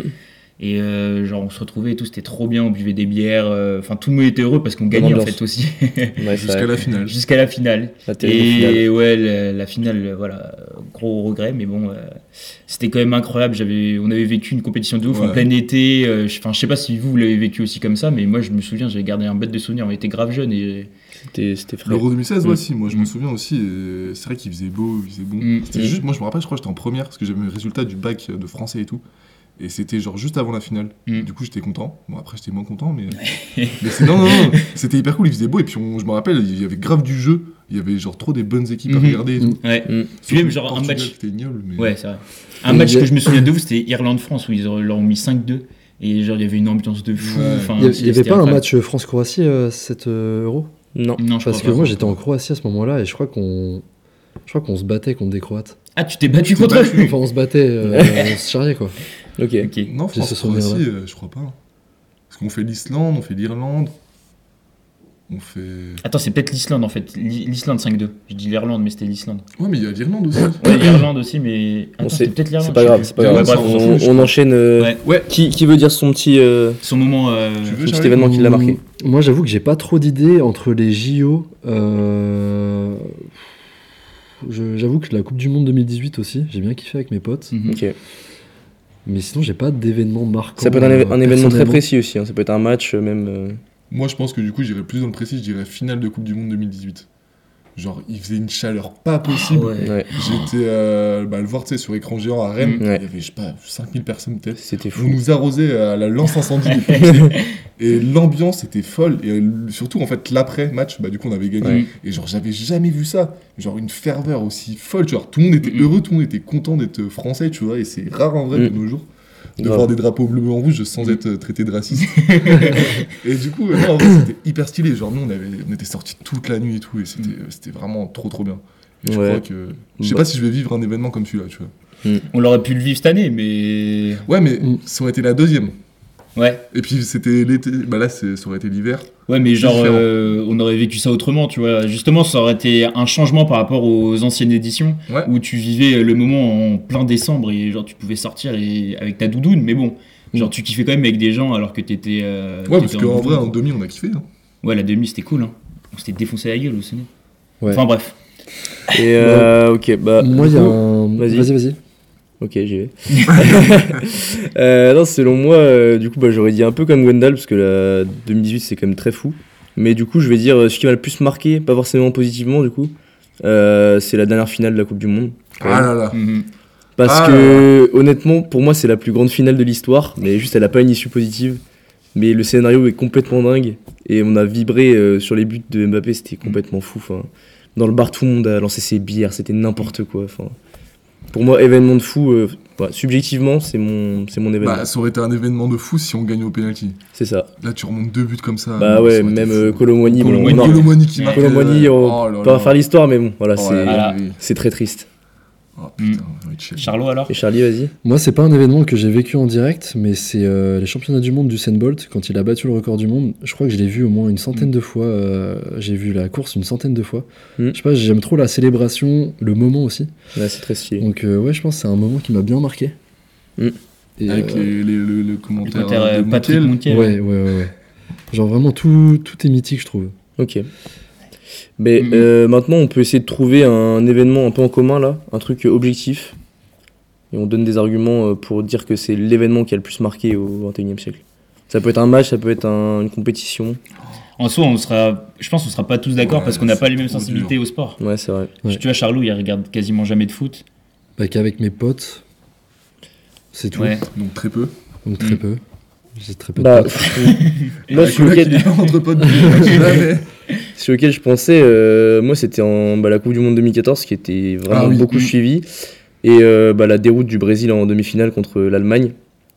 S1: Et euh, genre, on se retrouvait et tout, c'était trop bien, on buvait des bières. euh, Enfin, tout le monde était heureux parce qu'on gagnait en
S4: ambiance.
S1: fait aussi.
S4: Ouais, ça-
S3: Jusqu'à la finale.
S1: Jusqu'à la finale.
S4: la terrible finale.
S1: Et ouais, la, la finale, euh, voilà, euh, gros regret, mais bon, euh, c'était quand même incroyable. J'avais, on avait vécu une compétition de ouf en
S3: Ouais.
S1: plein été. euh, je- Enfin, je sais pas si vous, vous l'avez vécu aussi comme ça, mais moi, je me souviens, j'avais gardé un bête de souvenir. On était grave jeunes et.
S4: C'était c'était frais.
S3: L'Euro 2016,
S4: Mm.
S3: moi aussi, moi je
S1: Mm.
S3: me souviens aussi, euh, c'est vrai qu'il faisait beau, il faisait bon.
S1: Mm.
S3: C'était
S1: Mm.
S3: juste, moi je me rappelle, je crois que j'étais en première parce que j'avais le résultat du bac euh, de français et tout. Et c'était genre juste avant la finale.
S1: Mm.
S3: Du coup j'étais content. Bon après j'étais moins content, mais. mais c'est- non, non, non, c'était hyper cool, il faisait beau. Et puis on- je me rappelle, il y avait grave du jeu. Il y avait genre trop des bonnes équipes à
S4: Mm-hmm.
S1: Mhm.
S3: regarder et tout.
S1: Ouais.
S4: Mm.
S1: Puis même,
S3: Surtout
S1: genre, un
S3: Portugal,
S1: match-
S3: C'était ignoble, mais.
S1: Ouais, c'est vrai. Un
S2: Et
S1: match
S2: j'ai-
S1: que je me souviens de vous, c'était Irlande-France où ils leur ont mis 5-2 et genre il y avait une ambiance de fou.
S3: Ouais.
S1: enfin,
S2: Il y a- il y
S1: c'était
S2: avait pas un
S1: incroyable.
S2: match France-Croatie euh, cet euh, euro
S4: Non.
S1: Non, je
S2: Parce que
S1: crois pas.
S2: moi j'étais en Croatie à ce moment-là et je crois qu'on. Je crois qu'on se battait contre des Croates.
S1: Ah, tu t'es battu
S3: t'es
S1: contre eux.
S2: Enfin, on se battait, euh, on se charriait quoi.
S4: Ok.
S1: Ok.
S3: Non,
S2: J'ai ce
S3: France aussi, euh,
S2: souvenir-là.
S3: je crois pas. Parce qu'on fait l'Islande, on fait l'Irlande. On fait.
S1: Attends, c'est peut-être l'Islande en fait. L'I- L'Islande 5-2. Je dis l'Irlande, mais c'était l'Islande.
S3: Ouais, mais il y a l'Irlande aussi.
S1: Ouais, l'Irlande aussi, mais.
S4: Bon,
S1: Attends,
S4: c'est
S1: c'était peut-être l'Irlande.
S4: c'est pas
S1: je sais
S4: grave,
S1: plus.
S4: c'est pas
S3: Ouais,
S4: grave.
S1: bref,
S3: on s'en
S4: on,
S3: fout, je
S4: on enchaîne. euh,
S1: Ouais.
S3: Ouais.
S4: qui, qui veut dire son petit, euh,
S1: Son moment. euh,
S3: Tu veux
S4: son petit
S3: Charlie
S4: événement qui l'a marqué
S2: Mmh, Moi, j'avoue que j'ai pas trop d'idées entre les JO. euh, je- J'avoue que la Coupe du Monde 2018 aussi, j'ai bien kiffé avec mes potes.
S1: mhm.
S4: Ok.
S2: Mais sinon, j'ai pas d'événement marquant.
S4: Ça peut être un, éve-
S2: euh,
S4: un événement très
S2: personnellement.
S4: précis aussi. hein. Ça peut être un match, euh, même. euh,
S3: Moi, je pense que du coup, j'irais plus dans le précis, je dirais finale de Coupe du Monde 2018. Genre, il faisait une chaleur pas possible.
S1: Ouais.
S4: ouais.
S3: J'étais euh, bah, le voir, tu sais, sur écran géant à Rennes,
S4: Ouais.
S3: il y avait, je sais pas, 5000 personnes peut-être.
S4: C'était
S3: Vous
S4: fou.
S3: nous arrosez à la lance incendie. des pompiers. et l'ambiance était folle. Et euh, surtout, en fait, l'après-match, bah, du coup, on avait gagné.
S1: Ouais.
S3: Et genre, j'avais jamais vu ça. Genre, une ferveur aussi folle. Genre, tout le monde était euh,
S1: Mhm.
S3: heureux, tout le monde était content d'être français, tu vois. Et c'est rare en vrai de
S4: Mhm.
S3: nos jours. de
S4: Grave.
S3: voir des drapeaux bleu, blanc, rouge sans être euh, traité de raciste. et du coup, euh, non, en vrai, c'était hyper stylé. Genre, nous, on, avait, on était sortis toute la nuit et tout, et c'était euh, c'était vraiment trop, trop bien. Et je
S4: Ouais.
S3: crois que. Je sais
S4: Bah.
S3: pas si je vais vivre un événement comme celui-là, tu vois.
S1: On l'aurait pu le vivre cette année, mais.
S3: Ouais, mais
S2: Mm.
S3: ça aurait été la deuxième.
S1: Ouais.
S3: Et puis, c'était l'été. Bah là, c'est- ça aurait été l'hiver.
S1: Ouais, mais genre,
S3: Différent.
S1: euh, on aurait vécu ça autrement, tu vois. Justement, ça aurait été un changement par rapport aux anciennes éditions
S3: Ouais.
S1: où tu vivais euh, le moment en plein décembre et genre tu pouvais sortir et, avec ta doudoune, mais bon, genre tu kiffais quand même avec des gens alors que t'étais. euh, t'étais
S3: Ouais, parce qu'en vrai,
S1: doudoune.
S3: en demi, on a kiffé. hein.
S1: Ouais, la demi c'était cool, hein. On s'était défoncé la gueule au ciné.
S4: Ouais.
S1: Enfin bref.
S4: Et euh, ok, bah.
S2: Moi,
S4: du
S2: il y a
S4: coup-
S2: un.
S4: vas-y.
S2: Vas-y, vas-y.
S4: Ok, j'y vais. Euh, non, selon moi, euh, du coup, bah, j'aurais dit un peu comme Gwendal, parce que la 2018, c'est quand même très fou. Mais du coup, je vais dire euh, ce qui m'a le plus marqué, pas forcément positivement, du coup, euh, c'est la dernière finale de la Coupe du Monde. quand même.
S3: Ah là là.
S1: Mhm.
S4: Parce
S3: Ah
S4: que, honnêtement, pour moi, c'est la plus grande finale de l'histoire, mais juste, elle a pas une issue positive. Mais le scénario est complètement dingue, et on a vibré euh, sur les buts de Mbappé, c'était complètement fou. enfin. Dans le bar, tout le monde a lancé ses bières, c'était n'importe quoi. enfin. Pour moi, événement de fou, euh, bah, subjectivement, c'est mon, c'est mon événement.
S3: Bah, ça aurait été un événement de fou si on gagnait au penalty.
S4: c'est ça.
S3: Là, tu remontes deux buts comme ça.
S4: Bah
S3: non, ah, ça
S4: ouais,
S3: aurait été
S4: même
S3: fou.
S4: euh, Colomboigny, bon,
S1: Colomboigny,
S4: on en-
S1: Colomboigny,
S3: Colomboigny qui marque.
S4: Colomboigny,
S3: euh,
S4: on
S3: là
S4: peut
S3: là.
S4: pas faire l'histoire, mais bon, voilà,
S3: Oh
S4: c'est
S3: là là,
S1: Mm. Voilà. Mm.
S3: oui.
S4: c'est très triste.
S3: Oh putain, ouais, chill.
S1: Charlot alors
S4: Et Charlie, vas-y.
S2: Moi, c'est pas un événement que j'ai vécu en direct, mais c'est euh, les championnats du monde du Bolt quand il a battu le record du monde. Je crois que je l'ai vu au moins une centaine de fois. euh, j'ai vu la course une centaine de fois.
S4: Mm.
S2: Je sais pas, j'aime trop la célébration, le moment aussi.
S4: Là, c'est très stylé.
S2: Donc euh, ouais, je pense que c'est un moment qui m'a bien marqué.
S4: Mm.
S2: Et,
S3: Avec
S2: euh,
S3: les, les- le, le
S1: Le
S3: commentaire
S1: commentaire,
S3: euh,
S1: euh,
S3: de
S1: Patrick
S3: Montiel.
S1: Montiel.
S2: Ouais, ouais, ouais, ouais. Genre vraiment tout, tout est mythique, je trouve.
S4: Ok. Mais
S1: Mhm.
S4: euh, maintenant, on peut essayer de trouver un événement un peu en commun là, un truc euh, objectif. Et on donne des arguments euh, pour dire que c'est l'événement qui a le plus marqué au 21 e siècle. Ça peut être un match, ça peut être un- une compétition.
S1: En soi, on sera, je pense qu'on sera pas tous d'accord
S3: Ouais,
S1: parce qu'on n'a
S3: c'est
S1: pas les mêmes
S3: trop
S1: sensibilités au sport.
S4: Ouais, c'est vrai.
S2: Ouais.
S1: Tu vois, Charlot, il regarde quasiment jamais de foot.
S2: Bah, qu'avec mes potes, c'est tout.
S1: Ouais.
S3: Donc très peu.
S2: Donc très
S1: Mm.
S2: peu. J'ai très peu de
S4: Bah,
S2: potes.
S4: moi,
S3: Avec
S4: sur
S3: le mec, il
S4: lequel,
S3: est entre potes. Jamais.
S4: sur lequel je pensais, euh, moi, c'était en bah, la Coupe du Monde 2014 qui était vraiment
S3: Ah oui.
S4: beaucoup
S3: Mhm.
S4: suivie. Et euh, bah, la déroute du Brésil en demi-finale contre l'Allemagne,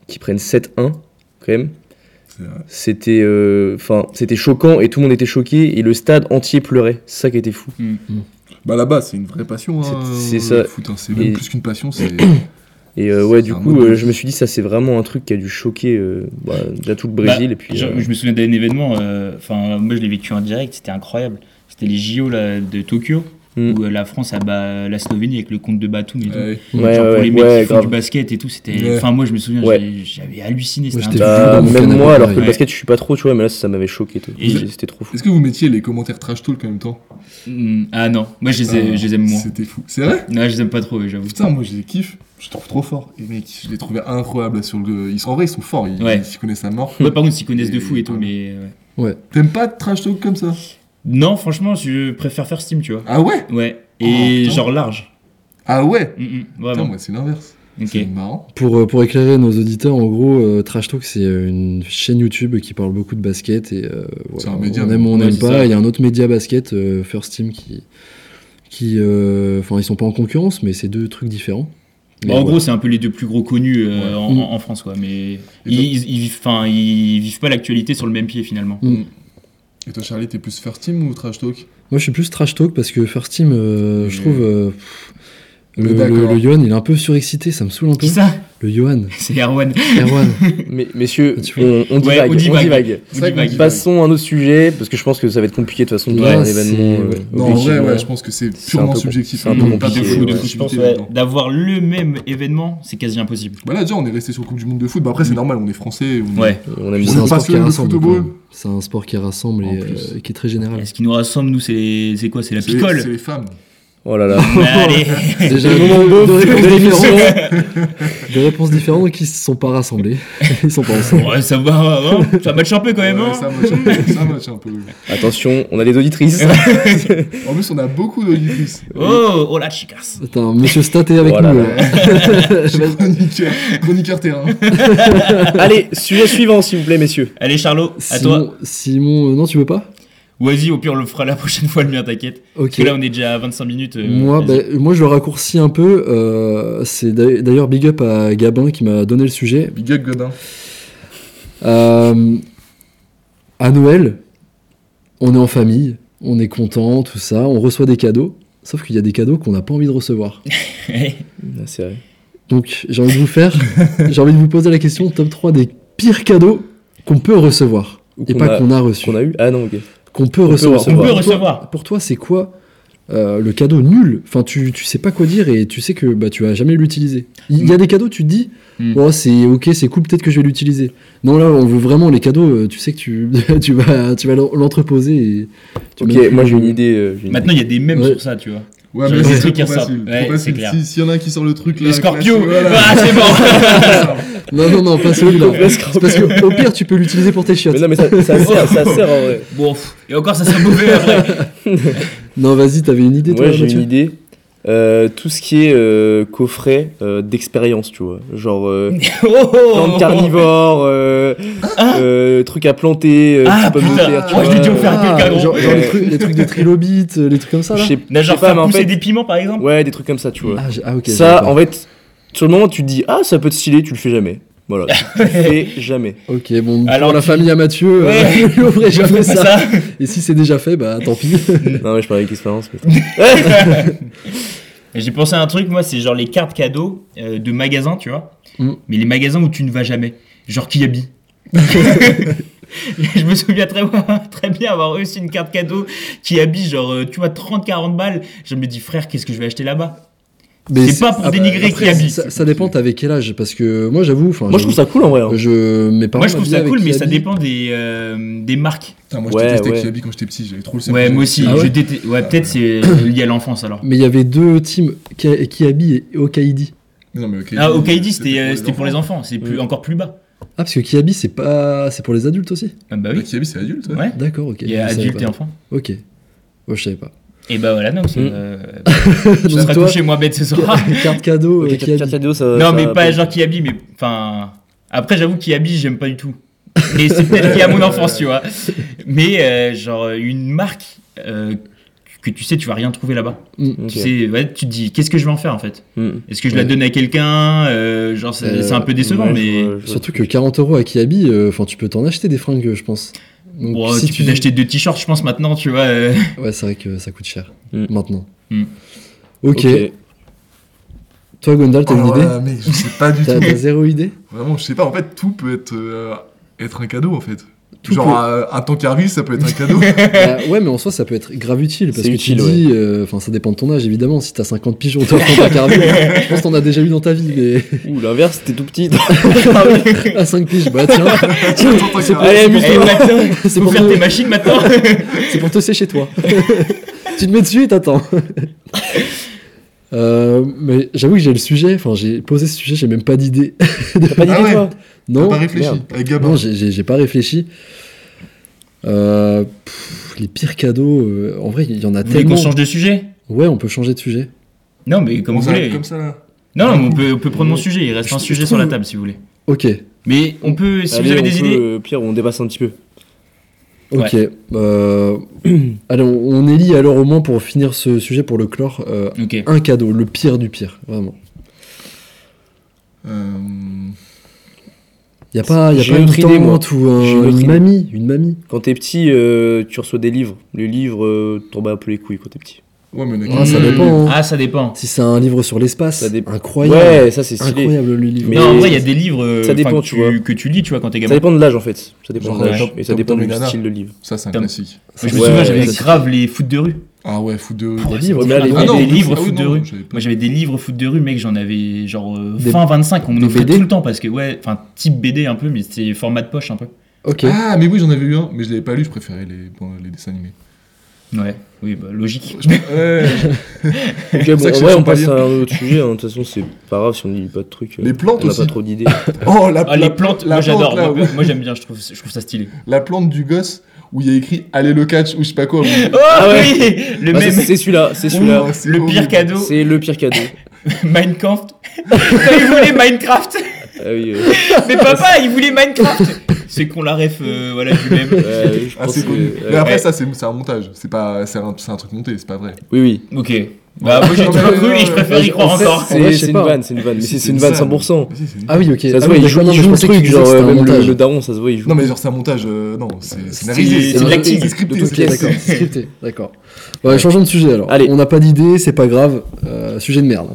S4: qui prennent 7-1 quand même.
S3: C'est vrai.
S4: C'était euh, enfin, c'était choquant et tout le monde était choqué et le stade entier pleurait. C'est ça qui était fou.
S3: Bah là-bas, c'est une vraie passion. hein,
S4: C'est- c'est
S3: le
S4: ça.
S3: foot, hein. C'est même
S4: Et-
S3: plus qu'une passion, c'est
S4: Et euh, ouais,
S3: C'est
S4: du
S3: un
S4: coup,
S3: mode de
S4: euh,
S3: vie.
S4: je me suis dit, ça c'est vraiment un truc qui a dû choquer euh, bah, déjà tout le Brésil.
S1: Bah,
S4: et puis,
S1: je,
S4: euh,
S1: je me souviens d'un événement, euh, enfin moi je l'ai vécu en direct, c'était incroyable. C'était les JO là, de Tokyo
S4: Mm.
S1: où euh, la France a bat la Slovénie avec le compte de Batum et tout.
S3: Ouais.
S4: ouais,
S1: Genre,
S4: ouais,
S1: pour les mecs
S4: ouais,
S1: qui font
S4: grave.
S1: du basket et tout, c'était.
S3: Ouais.
S1: Enfin moi je me souviens,
S4: Ouais.
S1: j'ai- j'avais halluciné.
S2: Moi,
S1: c'était
S2: j'étais
S1: un
S2: vu
S4: Bah,
S2: dans mon
S4: même
S2: canapé,
S4: moi, alors que le
S1: ouais.
S4: basket, je suis pas trop, tu vois, mais là, ça m'avait choqué. et tout.
S1: Et-
S4: C'était trop fou.
S3: Est-ce que vous mettiez les commentaires trash talk en même temps
S1: truc- Mm, Ah non, moi je les, ai-
S3: Ah,
S1: je les aime moins.
S3: C'était fou. C'est vrai
S1: Non, je les aime pas trop,
S4: Hmm.
S1: j'avoue.
S3: Putain, moi je les kiffe. Je trouve trop fort. Et mec, je les trouvais incroyables là, sur le. Ils sont en vrai, ils sont forts. Ils
S1: Ouais.
S3: ils s'y connaissent à mort.
S1: Ouais, par contre, ils s'y connaissent de fou et
S3: Et-
S1: tout, mais. euh, ouais.
S3: T'aimes pas trash talk comme ça
S1: Non, franchement, je préfère faire Steam, tu vois.
S3: Ah ouais
S1: Ouais. Et
S3: Oh, putain.
S1: genre large.
S3: Ah ouais
S1: Mm, mm,
S3: Putain,
S1: vraiment.
S3: moi c'est l'inverse.
S1: Ok.
S3: C'est marrant.
S2: Pour, euh, pour éclairer nos auditeurs, en gros, euh, Trash Talk, c'est euh, une chaîne YouTube qui parle beaucoup de basket. Et, euh, voilà,
S3: C'est un média,
S2: on aime ou on
S1: ouais,
S2: n'aime
S1: c'est
S2: pas.
S1: ça.
S2: Il y a un autre média basket, euh, First Team, qui. qui euh, Enfin, ils sont pas en concurrence, mais c'est deux trucs différents.
S1: Bah,
S2: Mais
S1: en
S2: ouais.
S1: gros, c'est un peu les deux plus gros connus euh,
S3: Ouais.
S1: en,
S2: Mm.
S1: en- en France, quoi. Mais
S3: toi
S1: ils, ils, ils vivent- 'fin, ils vivent pas l'actualité sur le même pied finalement.
S3: Et toi, Charlie, t'es plus first team ou trash talk
S2: Moi, je suis plus trash talk parce que First Team, euh, je
S3: Mm.
S2: trouve. euh, pff, le,
S3: D'accord.
S2: le, le Johan, il est un peu surexcité, ça me saoule un peu.
S1: Qui ça
S2: Le Johan,
S1: C'est Erwan.
S2: Erwan.
S4: Mais, messieurs,
S2: Tu
S4: on,
S2: vois.
S4: on
S1: Ouais,
S4: divague.
S1: on
S4: on
S1: divague.
S4: divague.
S3: C'est vrai
S1: Woody
S3: qu'on
S1: Bag.
S4: Passons à un autre sujet, parce que je pense que ça va être compliqué de toute façon de
S2: Ouais,
S4: faire un
S2: c'est-
S4: événement. euh,
S2: ouais.
S3: Non, en vrai,
S4: objectif.
S3: ouais, je pense que c'est
S4: C'est
S3: purement
S4: un peu-
S3: subjectif.
S4: c'est un peu
S3: Il y a pas
S1: de
S4: compliqué,
S1: fou, de
S4: ouais.
S1: fou. Je
S3: subjectivité
S1: pense ouais,
S3: là-dedans.
S1: d'avoir le même événement, c'est quasi impossible.
S3: Bah là, déjà, on est resté sur le Coupe du Monde de foot. Bah après, c'est normal, on est français. on-
S1: Mm. Ouais.
S4: On aime
S2: Puis
S4: bien.
S3: On
S2: C'est
S3: est
S2: un sport qui
S3: passionné de
S2: rassemble.
S3: football.
S2: quand même. C'est un sport qui rassemble
S3: En
S2: et,
S3: plus.
S2: euh, qui est très général.
S1: Et ce qui nous rassemble, nous, c'est c'est quoi C'est la
S3: C'est-
S1: picole. Bah,
S3: C'est les femmes.
S4: Oh là là.
S1: Allez.
S2: Déjà,
S4: Le
S2: deux,
S4: moment beau
S2: deux réponses
S4: de l'émission.
S2: différentes. deux réponses différentes qui se sont pas rassemblées. Ils sont pas ensemble.
S1: Ouais, ça va, hein ça match un peu quand même.
S3: Ouais,
S1: hein
S3: Ça match un peu, ça match un peu.
S4: Attention, on a des auditrices.
S3: En plus, on a beaucoup d'auditrices.
S1: oh, hola chicas.
S2: Attends, monsieur Stat est avec
S4: Voilà.
S2: nous. hein. là.
S3: Chez Chroniqueur, chroniqueur terrain.
S4: Allez, sujet suivant, s'il vous plaît, messieurs.
S1: Allez, Charlot, à
S2: Simon,
S1: toi.
S2: Simon, euh, non, tu veux pas
S1: Vas-y, au pire, on le fera la prochaine fois, le mien, t'inquiète. Parce
S2: Ok.
S1: que là, on est déjà à 25 minutes. euh,
S2: Moi,
S1: vas-y.
S2: bah, moi, je le raccourcis un peu. euh, c'est d'a- d'ailleurs big up à Gabin qui m'a donné le sujet.
S3: Big up, Godin.
S2: Euh, à Noël, on est en famille, on est content, tout ça, on reçoit des cadeaux. Sauf qu'il y a des cadeaux qu'on n'a pas envie de recevoir.
S4: Ah, c'est vrai.
S2: Donc, j'ai envie de vous faire, j'ai envie de vous poser la question top 3 des pires cadeaux qu'on peut recevoir.
S4: Ou
S2: Et
S4: qu'on
S2: pas
S4: a-
S2: qu'on a reçu.
S4: Qu'on a eu Ah non, ok.
S2: Qu'on peut
S4: peut
S2: recevoir.
S4: recevoir.
S2: Pour
S1: On peut
S2: toi-
S1: recevoir.
S2: Pour toi, c'est quoi euh, le cadeau nul Enfin, tu, tu sais pas quoi dire et tu sais que bah, tu vas jamais l'utiliser. Il y a des cadeaux, tu te dis,
S1: Mm.
S2: oh, c'est ok, c'est cool, peut-être que je vais l'utiliser. Non, là, on veut vraiment les cadeaux, euh, tu sais que tu, tu vas, tu vas l'en- l'entreposer et tu
S4: Ok,
S2: mets plus-
S4: moi j'ai une idée. euh, j'ai une
S1: Maintenant, il y a des mèmes
S2: Ouais.
S1: sur ça, tu vois.
S3: Ouais,
S1: Genre
S3: mais
S1: des
S3: c'est
S1: trucs qui
S3: trop
S1: ressortent.
S3: facile.
S1: Ouais,
S3: trop
S1: c'est
S3: facile.
S1: clair.
S3: Si- S'il y en a un qui sort le truc là.
S1: Les scorpions
S3: classique, voilà.
S1: Ah, c'est bon
S2: Non, non, non, pas celui-là.
S4: idée.
S2: C'est parce que, au pire, tu peux l'utiliser pour tes chiottes.
S4: Mais non, mais ça, ça sert, ça sert en vrai.
S1: Bon, pff, et encore, ça serait mauvais après.
S2: Non, vas-y, t'avais une idée, toi,
S4: Moi j'ai
S2: Mathieu
S4: une idée. Euh, tout ce qui est euh, coffret euh, d'expérience, tu vois. Genre euh,
S1: Oh, oh,
S4: plantes carnivores, euh, euh, trucs à planter, euh,
S1: Ah,
S4: petites pommes de
S1: putain.
S4: terre, tu
S1: Moi, je
S4: vois.
S1: l'ai dit au fer. faire
S2: Ah,
S1: quelqu'un, gros.
S2: genre, genre les, trucs, les trucs de trilobite, euh, les trucs comme ça,
S4: Je
S2: là
S4: sais- je
S1: Là, genre,
S4: sais pas, mais
S1: faire
S4: en
S1: pousser
S4: fait,
S1: des piments, par exemple
S4: Ouais, des trucs comme ça, tu vois.
S2: ah, j'ai- ah, ok.
S4: ça,
S2: j'avais
S4: en fait, sur le moment, tu te dis, ah, ça peut être stylé, tu le fais jamais. Voilà, tu le fais jamais.
S2: pas. Ok, bon,
S1: Alors,
S2: pour la
S1: tu-
S2: famille à Mathieu, euh,
S1: Ouais.
S2: lui offrez
S1: Je ferais
S2: jamais
S1: pas
S2: ça.
S1: ça.
S2: Et si c'est déjà fait, bah tant pis.
S4: Non, mais je parlais avec expérience. mais-
S1: J'ai pensé à un truc, moi, c'est genre les cartes cadeaux euh, de magasins, tu vois.
S2: Mm.
S1: Mais les magasins où tu ne vas jamais. Genre Kiabi. je me souviens très, très bien avoir reçu une carte cadeau qui habille genre, euh, tu vois, 30-40 balles. Je me dis, frère, qu'est-ce que je vais acheter là-bas C'est pas pour dénigrer
S2: ah, après,
S1: qui habite.
S2: Ça, ça dépend, t'avais quel âge Parce que moi, j'avoue. enfin,
S4: Moi, je trouve ça cool en vrai. hein.
S2: Je, mes parents
S1: Moi, je trouve ça
S2: m'habillaient
S1: cool,
S2: avec
S1: mais
S2: qui
S1: ça
S2: habille.
S1: dépend des, euh, des marques.
S3: Putain, moi je
S4: Ouais,
S3: détestais
S4: ouais.
S3: Kiabi quand j'étais petit, j'avais trop le seum.
S1: Ouais, moi aussi.
S2: Ah ouais Ah
S1: je déteste- ouais, peut-être c'est lié à l'enfance alors.
S2: Mais il y avait deux teams, Ki- Kiabi et Okaidi.
S3: Mais Non, mais ok.
S1: Ah, Okaidi, c'était euh, c'était pour les enfants, c'est plus,
S2: Oui.
S1: encore plus bas.
S2: Ah, parce que Kiabi, c'est pas, c'est pour les adultes aussi.
S1: Ah, bah
S3: Bah,
S1: oui,
S3: Kiabi, c'est adulte, ouais.
S1: ouais.
S2: D'accord, ok.
S1: Il y a
S2: je savais
S1: adulte
S2: pas.
S1: et enfant.
S2: Ok. Moi, je savais pas.
S1: Et bah voilà, donc c'est.
S4: Mm.
S1: euh,
S2: Hmm. Donc,
S1: Tu seras
S2: toi,
S1: touché moins bête ce soir.
S2: carte cadeau,
S4: Ok,
S2: euh,
S4: quatre- quatre
S2: Kiabi.
S4: cadeaux, ça-
S1: non,
S4: ça-
S1: mais pas genre qui habille, mais. Enfin. Après, j'avoue, qui habille, j'aime pas du tout. Mais c'est peut-être lié à mon enfance, tu vois. Mais euh, genre, une marque euh, que tu sais, tu vas rien trouver là-bas.
S2: Mm.
S4: Ok.
S1: Tu sais, ouais, tu te dis, qu'est-ce que je vais en faire en fait
S4: Mm.
S1: Est-ce que je la
S2: Ouais.
S1: donne à quelqu'un Euh, Genre, c'est
S2: Euh,
S1: c'est un peu décevant,
S4: Ouais, je
S1: mais.
S4: vois- je vois.
S2: Surtout que 40 euros à Kiabi, euh, enfin, tu peux t'en acheter des fringues, je pense. Donc,
S1: Bon, euh, tu, peux t'acheter deux t-shirts, je pense, maintenant, tu vois. euh.
S2: Ouais, c'est vrai que ça coûte cher
S4: Mm.
S2: maintenant.
S1: Mm.
S2: Ok. Toi, Gondal, Ah, t'as une
S3: Oh là
S2: idée
S3: là, mec, je sais pas du
S2: T'as t'as
S3: tout.
S2: zéro idée
S3: Vraiment, je sais pas. En fait, tout peut être euh, être un cadeau, en fait.
S2: Tout
S3: Genre,
S2: peut-
S3: euh, un tank Harvey, ça peut être un cadeau.
S2: Bah, ouais, mais en soi, ça peut être grave utile parce
S4: C'est
S2: que
S4: utile,
S2: tu te dis, euh, enfin, ça dépend de ton âge évidemment. Si t'as 50 pigeons, t'as un carnet. Je pense que t'en as déjà eu dans ta vie, mais
S4: Ouh, l'inverse, t'es tout petit.
S2: à 5 piges, bah tiens, tiens, c'est pour,
S4: Allez,
S2: c'est pour
S1: Eh,
S4: amuse-toi.
S2: toi-
S1: maintenant,
S2: c'est
S1: faut
S2: pour,
S1: faire
S2: te-
S1: tes machines maintenant.
S2: c'est pour te sécher, toi. tu te mets dessus et t'attends. Euh, mais j'avoue que j'ai le sujet, enfin j'ai posé ce sujet, j'ai même pas d'idée.
S4: T'as pas Ah
S3: Ah
S4: d'idée,
S3: ouais.
S4: toi
S3: T'as
S2: Non,
S3: pas réfléchi.
S4: merde.
S3: Avec Gabin.
S2: non, j'ai- j'ai j'ai pas réfléchi. Euh, pff, les pires cadeaux, euh, en vrai il y en a
S1: Vous voulez
S2: tellement.
S1: qu'on change de sujet
S2: Ouais, on peut changer de sujet.
S1: Non, mais comme
S3: On
S1: vous
S3: s'arrête
S1: voulez.
S3: Comme ça, là.
S1: Non, non, mais on peut, on peut prendre mon sujet. Il reste
S2: Je-
S1: un
S2: je
S1: sujet sur la
S2: trouve-
S1: table si vous voulez.
S2: Ok,
S1: Mais on peut, si
S4: Allez,
S1: vous avez
S4: on
S1: des
S4: peut,
S1: idées.
S4: euh, Pierre, on dépasse un petit peu.
S2: ok. Euh, allez, on, on élit alors au moins pour finir ce sujet pour le clore. euh,
S1: Ok.
S2: un cadeau, le pire du pire, vraiment.
S3: Euh,
S2: Y a pas, y a
S4: J'ai
S2: pas
S4: une
S2: une
S4: autre idée, moi.
S2: tante ou un-
S4: J'ai une autre
S2: une
S4: idée.
S2: mamie, une mamie.
S4: Quand t'es petit, euh, tu reçois des livres. Les livres euh, t'en bats un peu les couilles quand t'es petit.
S3: Ouais, mais on a
S2: Ah, ça
S1: Hmm.
S2: dépend, hein.
S1: Ah, ça dépend.
S2: Si c'est un livre sur l'espace,
S4: Ça dépend.
S2: incroyable,
S4: Ouais, ça c'est stylé.
S2: incroyable le livre.
S4: Mais-
S1: non, en vrai, il y a des livres euh,
S4: Ça dépend,
S1: enfin, que
S4: tu vois.
S1: que tu lis, tu vois, quand t'es
S4: Ça
S1: gamin.
S4: dépend de l'âge en fait. Ça dépend
S3: Genre,
S4: de l'âge.
S3: ouais.
S4: Et ça dépend
S3: Tom
S4: du
S3: Nana.
S4: style de livre.
S3: Ça, c'est un
S1: Tom.
S3: classique.
S1: Moi, je me
S4: Ouais,
S1: souviens,
S4: ouais,
S1: j'avais
S4: ça, c'est-
S1: grave les foot de rue.
S3: Ah ouais, foot de.
S1: Oh,
S2: Les
S1: c'est
S2: livres,
S1: grave.
S4: mais les-
S1: Moi,
S4: Ah non,
S1: j'avais
S4: mais
S1: des livres
S3: ah oui,
S1: foot de
S3: non,
S1: rue.
S3: j'avais pas.
S1: Moi, j'avais des livres foot de rue, mec. J'en avais genre euh,
S2: Des-
S1: fin 25. On
S2: des
S1: en offrait
S2: BD?
S1: tout le temps parce que, ouais, enfin, type BD un peu, mais c'était format de poche un peu.
S2: Ok.
S3: Ah, mais oui, j'en avais eu un, mais je l'avais pas lu, je préférais les, bon, les dessins animés.
S1: Ouais, oui, bah, logique.
S3: Ouais,
S4: Ok,
S3: ça
S4: bon,
S3: que
S4: en
S3: je
S4: vrai,
S3: sais
S4: on
S3: pas
S4: passe
S3: lire.
S4: à un autre sujet. hein. De toute façon, c'est pas grave si on n'y lit pas de trucs. euh,
S3: les plantes
S4: On a
S3: aussi.
S4: pas trop d'idées.
S3: Oh, la,
S1: Ah,
S3: la-
S1: les plantes,
S3: la
S1: moi j'adore.
S3: plante, là,
S1: Moi,
S3: ouais.
S1: moi, j'aime bien, je trouve, je trouve ça stylé.
S3: La plante du gosse où il y a écrit Allez le catch ou je sais pas quoi.
S1: Oh
S4: Ah ouais.
S1: oui Le
S4: Ah,
S1: même.
S4: c'est- c'est celui-là, c'est celui-là.
S3: Ouh, Ah, c'est
S1: le
S3: horrible.
S1: pire cadeau,
S4: C'est le pire cadeau.
S1: Minecraft. Quand il voulait Minecraft.
S4: Ah oui, euh,
S1: Mais papa, il voulait Minecraft. c'est qu'on la ref euh, voilà, du même.
S4: Ouais, je
S3: Ah,
S4: pense
S3: c'est
S4: que- euh,
S3: connu.
S4: ouais.
S3: Mais après,
S1: ouais.
S3: ça, c'est c'est un montage. C'est pas- c'est un, c'est un truc monté, c'est pas vrai.
S4: Oui, oui.
S1: Ok. Bah, moi j'ai
S3: Non,
S1: toujours
S3: mais-
S1: cru et je préfère y
S4: Ouais,
S1: croire
S4: en fait,
S1: encore.
S2: En vrai,
S4: C'est
S2: je sais
S4: c'est une
S2: pas.
S4: vanne, c'est une vanne. Mais c'est c'est une vanne 100%.
S3: Mais si, c'est une-
S2: Ah oui, ok.
S4: Ça se
S2: Ah
S4: voit, il
S2: oui, d'accord,
S4: joue
S2: non,
S4: il
S2: mais je
S4: joue le
S2: pensais que tu
S4: truc,
S2: disais
S4: genre, euh,
S2: que c'était un
S4: même le-
S2: montage.
S4: le daron, ça se voit, il joue.
S3: Non, mais genre, c'est un montage. euh, non, c'est
S1: c'est-
S3: scénarisé.
S1: c'est de l'acting.
S3: C'est scripté.
S4: De toute
S3: c'est-
S2: Ok,
S4: pièce.
S2: d'accord, c'est scripté, d'accord. Ouais, changeons de sujet alors.
S4: Allez.
S2: On n'a pas d'idée, c'est pas grave. euh, sujet de merde.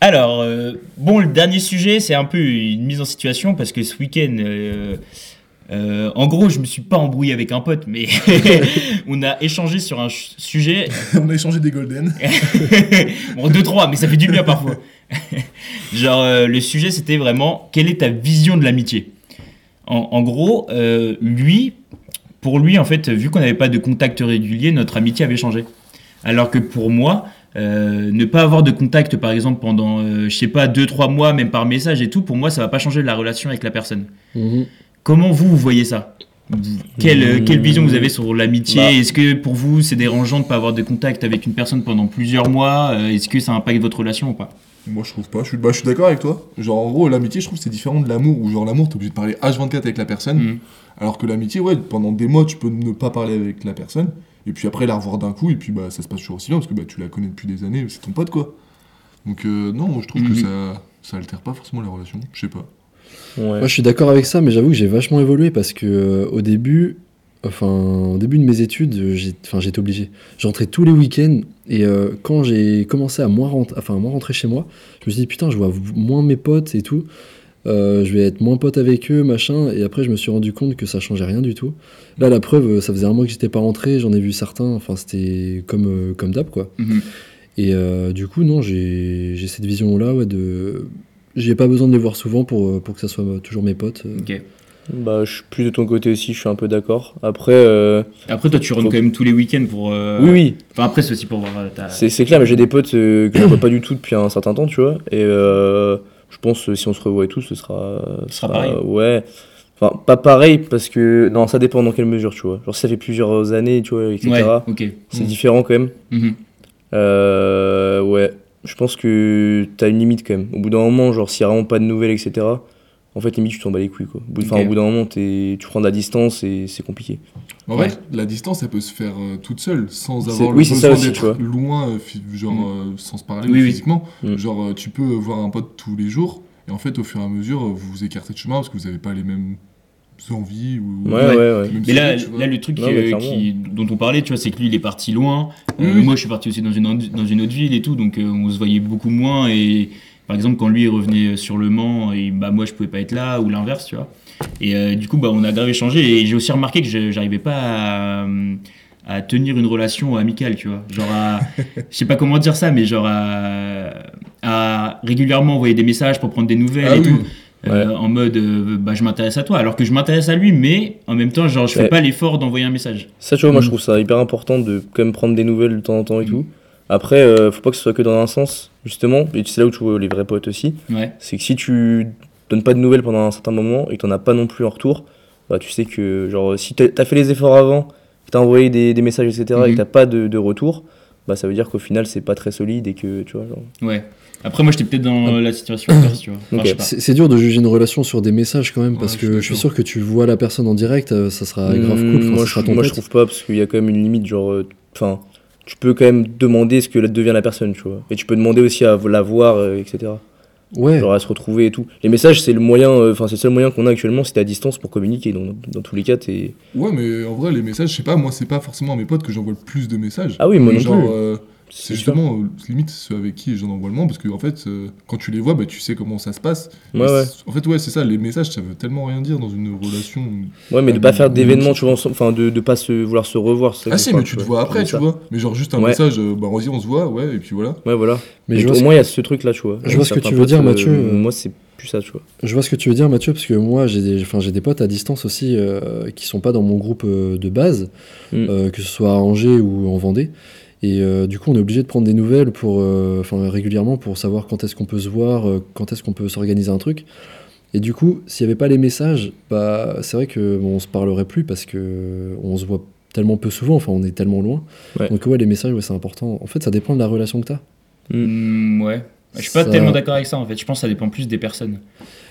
S1: Alors, euh, bon, le dernier sujet, c'est un peu une mise en situation parce que ce week-end, euh, euh, en gros, je me suis pas embrouillé avec un pote, mais on a échangé sur un ch- sujet,
S3: On a échangé des Golden.
S1: bon, deux, trois, mais ça fait du bien parfois. Genre, euh, le sujet, c'était vraiment quelle est ta vision de l'amitié en, en gros, euh, lui, pour lui, en fait, vu qu'on n'avait pas de contact régulier, notre amitié avait changé. Alors que pour moi, euh, ne pas avoir de contact, par exemple, pendant, euh, je sais pas, deux, trois mois, même par message et tout, pour moi, ça va pas changer la relation avec la personne.
S2: Mhm.
S1: Comment vous, vous voyez ça Vous- quelle, euh, quelle vision vous avez sur l'amitié
S4: Bah.
S1: Est-ce que pour vous c'est dérangeant de ne pas avoir de contact avec une personne pendant plusieurs mois Euh, Est-ce que ça impacte votre relation ou pas
S3: Moi, je trouve pas. Je suis, bah, je suis d'accord avec toi. Genre, en gros, l'amitié, je trouve, c'est différent de l'amour. Où, genre, l'amour, t'es obligé de parler H24 avec la personne.
S4: Mm.
S1: Mhm.
S3: Alors que l'amitié, ouais, pendant des mois, tu peux ne pas parler avec la personne. Et puis après, la revoir d'un coup. Et puis, bah, ça se passe toujours aussi bien. Parce que bah, tu la connais depuis des années. C'est ton pote, quoi. Donc, euh, non, moi, je trouve
S1: Mhm.
S3: que ça, ça altère pas forcément la relation. Je sais pas.
S4: Ouais.
S2: Moi, je suis d'accord avec ça, mais j'avoue que j'ai vachement évolué parce que euh, au début, enfin, au début de mes études, euh, j'ai- enfin, j'étais obligé. J'entrais tous les week-ends et euh, quand j'ai commencé à moins, rentrer, enfin, à moins rentrer chez moi, je me suis dit putain, je vois moins mes potes et tout. euh, je vais être moins pote avec eux, machin. Et après, je me suis rendu compte que ça changeait rien du tout. Là, la preuve, euh, ça faisait un mois que j'étais pas rentré, j'en ai vu certains. Enfin, c'était comme euh, comme d'hab, quoi.
S1: Mhm.
S2: Et euh, du coup, non, j'ai j'ai cette vision-là, ouais, de. J'ai pas besoin de les voir souvent pour, euh, pour que ça soit euh, toujours mes potes. euh.
S1: Ok.
S4: Bah, je suis plus de ton côté aussi, je suis un peu d'accord. Après, euh,
S1: Après, toi, tu rentres
S4: Faut-
S1: quand même tous les week-ends pour. euh,
S4: oui, oui,
S1: Enfin, après, c'est aussi pour voir euh, ta.
S4: c'est c'est clair, mais j'ai des potes euh, que je vois pas du tout depuis un certain temps, tu vois. Et euh, je pense que si on se revoit et tout, ce sera. euh,
S1: Ce sera pareil.
S4: Ouais. Enfin, pas pareil, parce que. Non, ça dépend dans quelle mesure, tu vois. Genre, si ça fait plusieurs années, tu vois, etc.
S1: Ouais, ok.
S4: C'est
S1: Mhm.
S4: différent quand même.
S1: Mhm.
S4: Euh, ouais, je pense que t'as une limite quand même. Au bout d'un moment, genre s'il y a vraiment pas de nouvelles, etc. En fait, limite, tu t'en bats les couilles quoi. Au bout, enfin,
S1: Ok.
S4: au bout d'un moment, t'es- tu prends de la distance et c'est compliqué.
S3: En
S1: Ouais.
S3: vrai, la distance, elle peut se faire euh, toute seule, sans
S4: C'est-
S3: avoir
S4: oui,
S3: le
S4: c'est ça
S3: besoin
S4: aussi, tu vois.
S3: d'être loin, euh, fi- genre,
S1: Mm.
S3: euh, sans se parler
S1: Oui, oui.
S3: physiquement.
S4: Mm.
S3: Genre, euh, tu peux voir un pote tous les jours, et en fait, au fur et à mesure, euh, vous vous écartez de chemin parce que vous n'avez pas les mêmes envies ou
S4: Ouais,
S1: Ouais.
S4: ouais, ouais.
S3: les mêmes
S1: Mais là,
S3: sujets, tu vois.
S1: là, le truc
S4: Non,
S1: qui-
S4: mais
S1: euh,
S4: clairement.
S1: qui- dont on parlait, tu vois, c'est que lui, il est parti loin. Euh,
S3: Oui, oui.
S1: Moi, je suis parti aussi dans une, en- dans une autre ville et tout, donc euh, on se voyait beaucoup moins. Et par exemple, quand lui il revenait euh, sur le Mans, et, bah, moi, je pouvais pas être là, ou l'inverse, tu vois. Et euh, du coup, bah, on a grave échangé. Et j'ai aussi remarqué que je- j'arrivais pas à, euh, à tenir une relation amicale, tu vois. Genre, à- je sais pas comment dire ça, mais genre à, à régulièrement envoyer des messages pour prendre des nouvelles
S3: Ah
S1: et
S3: oui.
S1: tout.
S4: Ouais.
S1: Euh, en mode euh, bah, je m'intéresse à toi alors que je m'intéresse à lui mais en même temps genre je fais
S4: Ouais.
S1: pas l'effort d'envoyer un message
S4: Ça, tu vois, moi,
S2: Mm.
S4: je trouve ça hyper important de quand même prendre des nouvelles de temps en temps et
S1: Mm.
S4: tout. Après, euh, faut pas que ce soit que dans un sens, justement. Et c'est là où tu vois les vrais potes aussi.
S1: ouais
S4: C'est que si tu donnes pas de nouvelles pendant un certain moment et que t'en as pas non plus en retour, bah, tu sais que genre si t'as t'as fait les efforts avant, que t'as envoyé des, des messages, etc. et
S1: Mhm.
S4: que t'as pas de, de retour, bah ça veut dire qu'au final c'est pas très solide et que tu vois genre.
S1: ouais après moi j'étais peut-être dans euh, la situation inverse tu vois Enfin,
S4: Ok.
S1: je sais pas.
S2: C'est c'est dur de juger une relation sur des messages quand même,
S3: Ouais,
S2: parce
S3: je suis
S2: que je suis
S3: d'accord.
S2: sûr que tu vois la personne en direct, euh, ça sera grave
S4: Mm,
S2: cool, enfin,
S4: moi,
S2: ça
S4: je,
S2: sera ton
S4: moi, je
S2: pote.
S4: trouve pas parce qu'il y a quand même une limite genre euh, enfin tu peux quand même demander ce que devient la personne tu vois et tu peux demander aussi à la voir euh, etc
S2: Ouais,
S4: genre à se retrouver et tout les messages c'est le moyen euh, enfin c'est le seul moyen qu'on a actuellement c'est à distance pour communiquer donc dans tous les cas t'es
S3: Ouais, mais en vrai, les messages, je sais pas, moi, c'est pas forcément à mes potes que j'envoie le plus de messages.
S4: ah oui moi non
S3: Genre,
S4: plus
S3: euh,
S4: C'est
S3: c'est
S4: sûr.
S3: justement, euh, limite, ceux avec qui j'en envoie le moins, parce que, en fait, euh, quand tu les vois, bah, tu sais comment ça se passe.
S4: ouais ouais
S3: En fait, ouais, c'est ça, les messages, ça veut tellement rien dire dans une relation.
S4: Ouais, mais de
S3: Ah,
S4: pas
S3: mais-
S4: faire
S3: mais
S4: d'événements,
S3: non,
S4: tu vois, ensemble, enfin de, de pas se vouloir se revoir. c'est ça que
S3: Ah
S4: je
S3: si,
S4: parle,
S3: mais tu te
S4: vois.
S3: vois après,
S4: C'est
S3: tu
S4: ça.
S3: vois. Mais genre juste un
S4: Ouais.
S3: message, euh, bah vas-y, on se voit, ouais, et puis voilà.
S4: Ouais, voilà.
S2: mais
S4: Mais
S2: je vois,
S4: au
S2: ce,
S4: moins, il y a ce truc-là, tu vois.
S2: Je vois ce que
S4: Certains euh,
S2: tu veux dire, Mathieu.
S4: Moi, c'est plus ça, tu vois.
S2: je vois ce que tu veux dire, Mathieu, parce que moi, j'ai des, enfin, j'ai des potes à distance aussi euh, qui sont pas dans mon groupe euh, de base,
S4: Mm.
S2: euh, que ce soit à Angers ou en Vendée. Et euh, du coup, on est obligé de prendre des nouvelles pour, euh, enfin, régulièrement pour savoir quand est-ce qu'on peut se voir, euh, quand est-ce qu'on peut s'organiser un truc. Et du coup, s'il n'y avait pas les messages, bah, c'est vrai que bon, on se parlerait plus parce que on se voit tellement peu souvent, enfin, on est tellement loin.
S4: Ouais.
S2: Donc ouais, les messages, ouais, c'est important. En fait, ça dépend de la relation que t'as.
S1: Mm, ouais Je suis pas
S2: Ça-
S1: tellement d'accord avec ça en fait. Je pense que ça dépend plus des personnes.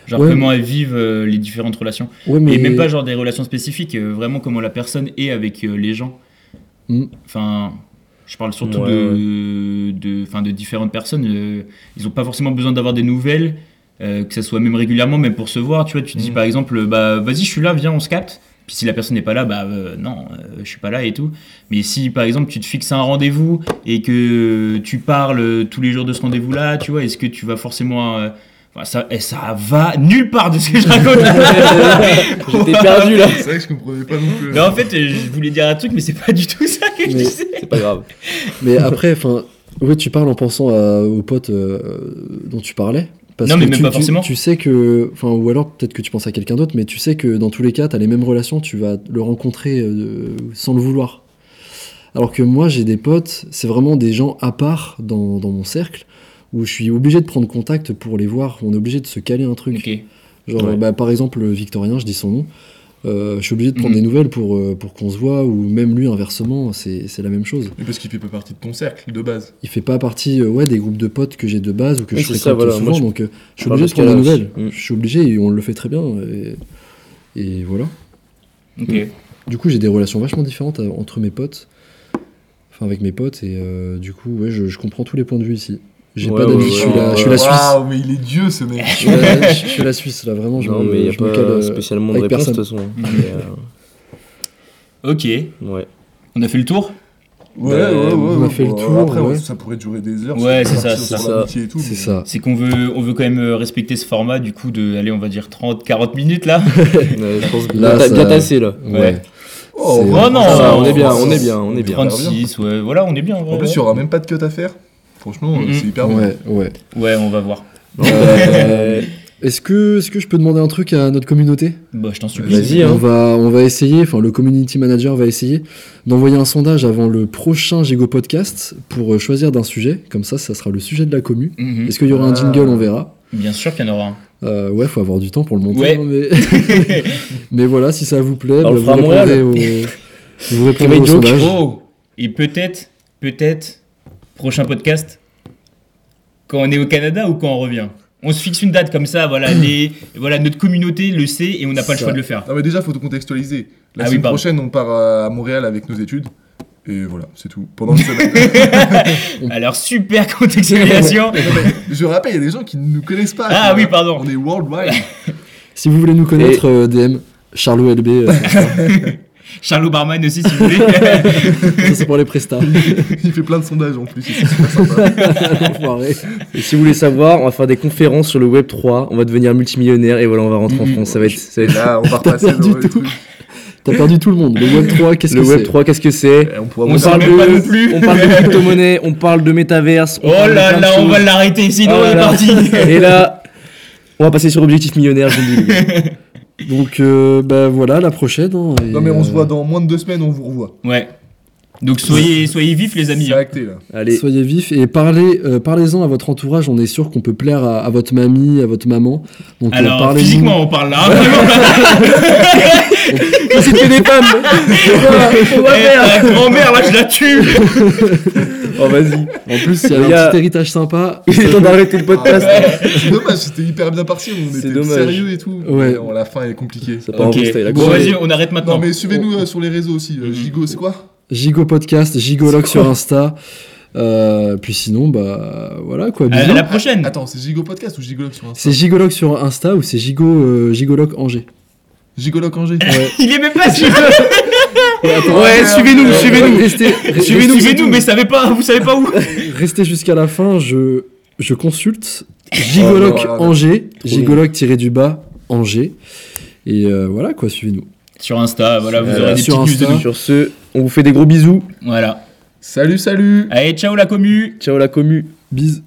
S1: Genre
S2: Ouais,
S1: comment elles vivent euh, les différentes relations.
S2: Ouais, mais
S1: Et même pas genre des relations spécifiques, euh, vraiment comment la personne est avec euh, les gens.
S2: Mm.
S1: Enfin, je parle surtout
S4: Ouais,
S1: de, de, enfin, de différentes personnes. euh, ils n'ont pas forcément besoin d'avoir des nouvelles, euh, que ça soit même régulièrement, même pour se voir. Tu vois, tu dis
S2: Mm.
S1: par exemple, bah vas-y, je suis là, viens, on se capte. Puis si la personne n'est pas là, bah euh, non, euh, je suis pas là et tout. Mais si par exemple tu te fixes un rendez-vous et que tu parles euh, tous les jours de ce rendez-vous-là, tu vois, est-ce que tu vas forcément... euh, enfin, ça, eh, ça va nulle part de ce que je raconte.
S4: J'étais perdu là.
S3: C'est vrai que je comprenais pas non plus.
S1: Mais en fait, euh, je voulais dire un truc, mais c'est pas du tout ça que je
S2: Mais-
S1: disais.
S4: C'est pas grave.
S2: Mais après, enfin, oui, tu parles en pensant à- aux potes euh, dont tu parlais. Parce
S1: Non,
S2: que
S1: mais même
S2: tu,
S1: pas
S2: tu-
S1: forcément.
S2: Tu, sais que, enfin, ou alors peut-être que tu penses à quelqu'un d'autre, mais tu sais que dans tous les cas, tu as les mêmes relations, tu vas le rencontrer euh, sans le vouloir. Alors que moi, j'ai des potes, c'est vraiment des gens à part dans, dans mon cercle, où je suis obligé de prendre contact pour les voir, on est obligé de se caler un truc.
S1: Ok.
S2: Genre,
S4: Ouais.
S2: bah, par exemple, Victorien, je dis son nom, euh, je suis obligé de prendre
S1: Mhm.
S2: des nouvelles pour, euh, pour qu'on se voit, ou même lui, inversement, c'est c'est la même chose
S3: Mais parce qu'il fait pas partie de ton cercle de base.
S2: il fait pas partie euh, ouais, des groupes de potes que j'ai de base ou que
S4: Oui,
S2: je
S4: c'est
S2: fréquente
S4: ça, voilà.
S2: souvent,
S4: Moi, je-
S2: donc euh, je suis
S4: Bah,
S2: obligé de
S4: parce
S2: prendre la
S4: qu'on a-
S2: nouvelle.
S4: Mm.
S2: Je suis obligé et on le fait très bien. Et, et voilà.
S1: Ok.
S2: Du coup, j'ai des relations vachement différentes euh, entre mes potes, enfin avec mes potes, et euh, du coup, ouais, je, je comprends tous les points de vue ici. J'ai
S4: Ouais,
S2: pas d'amis,
S4: ouais,
S2: je suis
S4: ouais,
S2: la, je suis
S4: ouais.
S2: la Suisse.
S3: Waouh, mais il est Dieu ce mec.
S2: Je suis la, je suis la Suisse, là, vraiment, je
S4: non,
S2: me,
S4: mais y a
S2: je me
S4: pas
S2: cale, euh,
S4: spécialement de
S2: avec
S4: réponse de toute
S2: personne.
S4: façon.
S1: Mhm.
S4: Mais, euh,
S1: Ok.
S4: ouais.
S1: On a fait le tour
S3: Ouais,
S4: Bah,
S3: ouais, ouais.
S2: on a
S3: ouais,
S2: fait le
S3: bon,
S2: tour,
S3: Après,
S2: ouais.
S3: ça pourrait durer des heures.
S1: Ouais, c'est ça,
S3: C'est
S4: c'est
S3: ça.
S4: ça.
S3: l'amitié et tout,
S2: C'est
S3: mais-
S2: ça.
S1: C'est qu'on veut, on veut quand même euh, respecter ce format, du coup, de, allez, on va dire 30, 40 minutes là.
S4: Euh, je pense
S2: Là,
S4: bien, ta-
S2: ça-
S4: bien tassé là.
S2: Ouais.
S1: Ouais.
S3: Oh,
S2: C'est-
S1: Oh non,
S4: Ça, on
S1: on
S4: est bien,
S1: est
S4: on est bien, on est bien.
S1: 36, ouais, voilà, on est bien. ouais,
S3: En plus, il y aura même pas de cut à faire. Franchement, euh,
S1: Mhm.
S3: c'est hyper bien.
S2: Ouais, ouais.
S1: ouais, on va voir.
S2: Euh, Est-ce que, est que je peux demander un truc à notre communauté
S1: Bah, je t'en supplie.
S4: Vas-y, hein.
S2: On va, on va essayer, enfin le community manager va essayer d'envoyer un sondage avant le prochain Gigo Podcast pour euh, choisir d'un sujet. Comme ça, ça sera le sujet de la commu.
S1: Mhm.
S2: Est-ce qu'il y aura un
S3: Ah.
S2: jingle On verra.
S1: Bien sûr qu'il y en aura un.
S2: Euh, ouais, faut avoir du temps pour le monter.
S1: Ouais.
S2: hein, mais... mais voilà, si ça vous plaît, bah,
S4: On le
S2: vous
S4: fera à Montréal.
S2: répondez au, vous répondez
S4: Comme
S2: au
S4: les jokes.
S2: sondage.
S1: Oh Et peut-être, peut-être, prochain podcast, quand on est au Canada ou quand on revient. On se fixe une date comme ça, voilà, les, voilà notre communauté le sait et on n'a pas le
S2: Ça.
S1: choix de le faire.
S3: Non, mais déjà, faut tout contextualiser. La
S1: Ah oui,
S3: semaine
S1: pardon.
S3: prochaine, on part à à Montréal avec nos études. Et voilà, c'est tout. Pendant une semaine.
S1: Alors, super contextualisation
S3: Je rappelle, il y a des gens qui ne nous connaissent pas.
S1: Ah oui, pardon.
S3: On est worldwide.
S2: Si vous voulez nous connaître, euh, DM Charlot LB, euh,
S1: Charlot Barman aussi, si vous voulez.
S2: ça c'est pour les prestats.
S3: Il fait plein de sondages en plus. et C'est super sympa.
S2: Enfoiré.
S4: Et si vous voulez savoir, on va faire des conférences sur le Web 3, on va devenir multimillionnaire et voilà, on va rentrer en
S1: Mhm.
S4: France. Ça va être, ça va être-
S3: Là, on va repasser
S2: perdu
S3: dans le
S2: tout.
S3: truc.
S2: T'as perdu tout le monde. Le Web 3, qu'est-ce que
S4: le
S2: c'est
S4: Web 3, qu'est-ce que c'est
S3: Et On pourra
S1: On
S3: vous
S1: s'en
S3: parler.
S1: met pas non plus.
S4: on parle de crypto-monnaie, on parle de métaverse. on
S1: Oh
S4: parle de plein
S1: là
S4: de
S1: là, on
S4: choses.
S1: va l'arrêter ici,
S4: Ah
S1: on
S4: là
S1: est
S4: là.
S1: parti.
S4: Et là, on va passer sur Objectif Millionnaire, je vous le dis. les gars.
S2: Donc euh, bah, voilà, la prochaine. hein, et,
S3: Non, mais on se
S2: euh,
S3: voit dans moins de deux semaines, on vous revoit.
S1: Ouais. Donc, soyez, soyez vifs, les amis. hein.
S3: C'est acté là.
S4: Allez,
S2: Soyez vifs et parlez, euh, parlez-en à votre entourage. On est sûr qu'on peut plaire à, à votre mamie, à votre maman. Donc euh,
S1: Alors,
S2: parlez-nous.
S1: physiquement, on parle là. Vraiment,
S4: c'était des femmes On va
S1: eh,
S4: faire
S1: ta grand-mère, là, je la tue.
S4: Oh, vas-y.
S2: En plus, il y a
S4: Il y
S2: un
S4: a-
S2: petit héritage sympa.
S4: Il est temps d'arrêter le podcast.
S3: Ah C'est dommage, c'était hyper bien parti, on
S4: C'est
S3: était
S4: dommage.
S3: sérieux et tout.
S2: Ouais.
S3: Mais, bon, la fin est compliquée. Ah
S4: Ça part en
S1: Ok,
S4: freestyle, la
S1: bon,
S4: course.
S1: vas-y, on arrête maintenant.
S3: Non mais suivez-nous euh, sur les réseaux aussi. Euh,
S1: Mhm.
S3: Gigo, c'est quoi
S2: Gigo podcast, Gigologue sur Insta. Euh, puis sinon, bah voilà quoi.
S1: À
S2: bisous.
S1: la prochaine.
S3: Attends, c'est Gigo Podcast ou Gigologue sur Insta
S2: C'est Gigologue sur Insta ou c'est Gigo euh, Gigologue Angers.
S3: Gigologue Angers.
S1: Il est même pas sûr.
S4: Ouais, suivez-nous, suivez-nous.
S2: Restez,
S1: Suivez-nous,
S2: restez-
S1: mais savez pas, vous savez pas où.
S2: Restez jusqu'à la fin. Je, je consulte Gigologue
S3: Oh, non, non, non.
S2: Angers,
S4: bien.
S2: Gigologue tiré du bas Angers. Et euh, voilà quoi, suivez-nous.
S1: Sur Insta, voilà, vous
S4: Euh,
S1: aurez des
S2: sur
S1: petites news de
S2: Insta.
S1: nous.
S4: Sur ce, on vous fait des gros bisous.
S1: Voilà.
S3: Salut, salut
S1: Allez, ciao la commu.
S4: Ciao la commu.
S2: Bisous.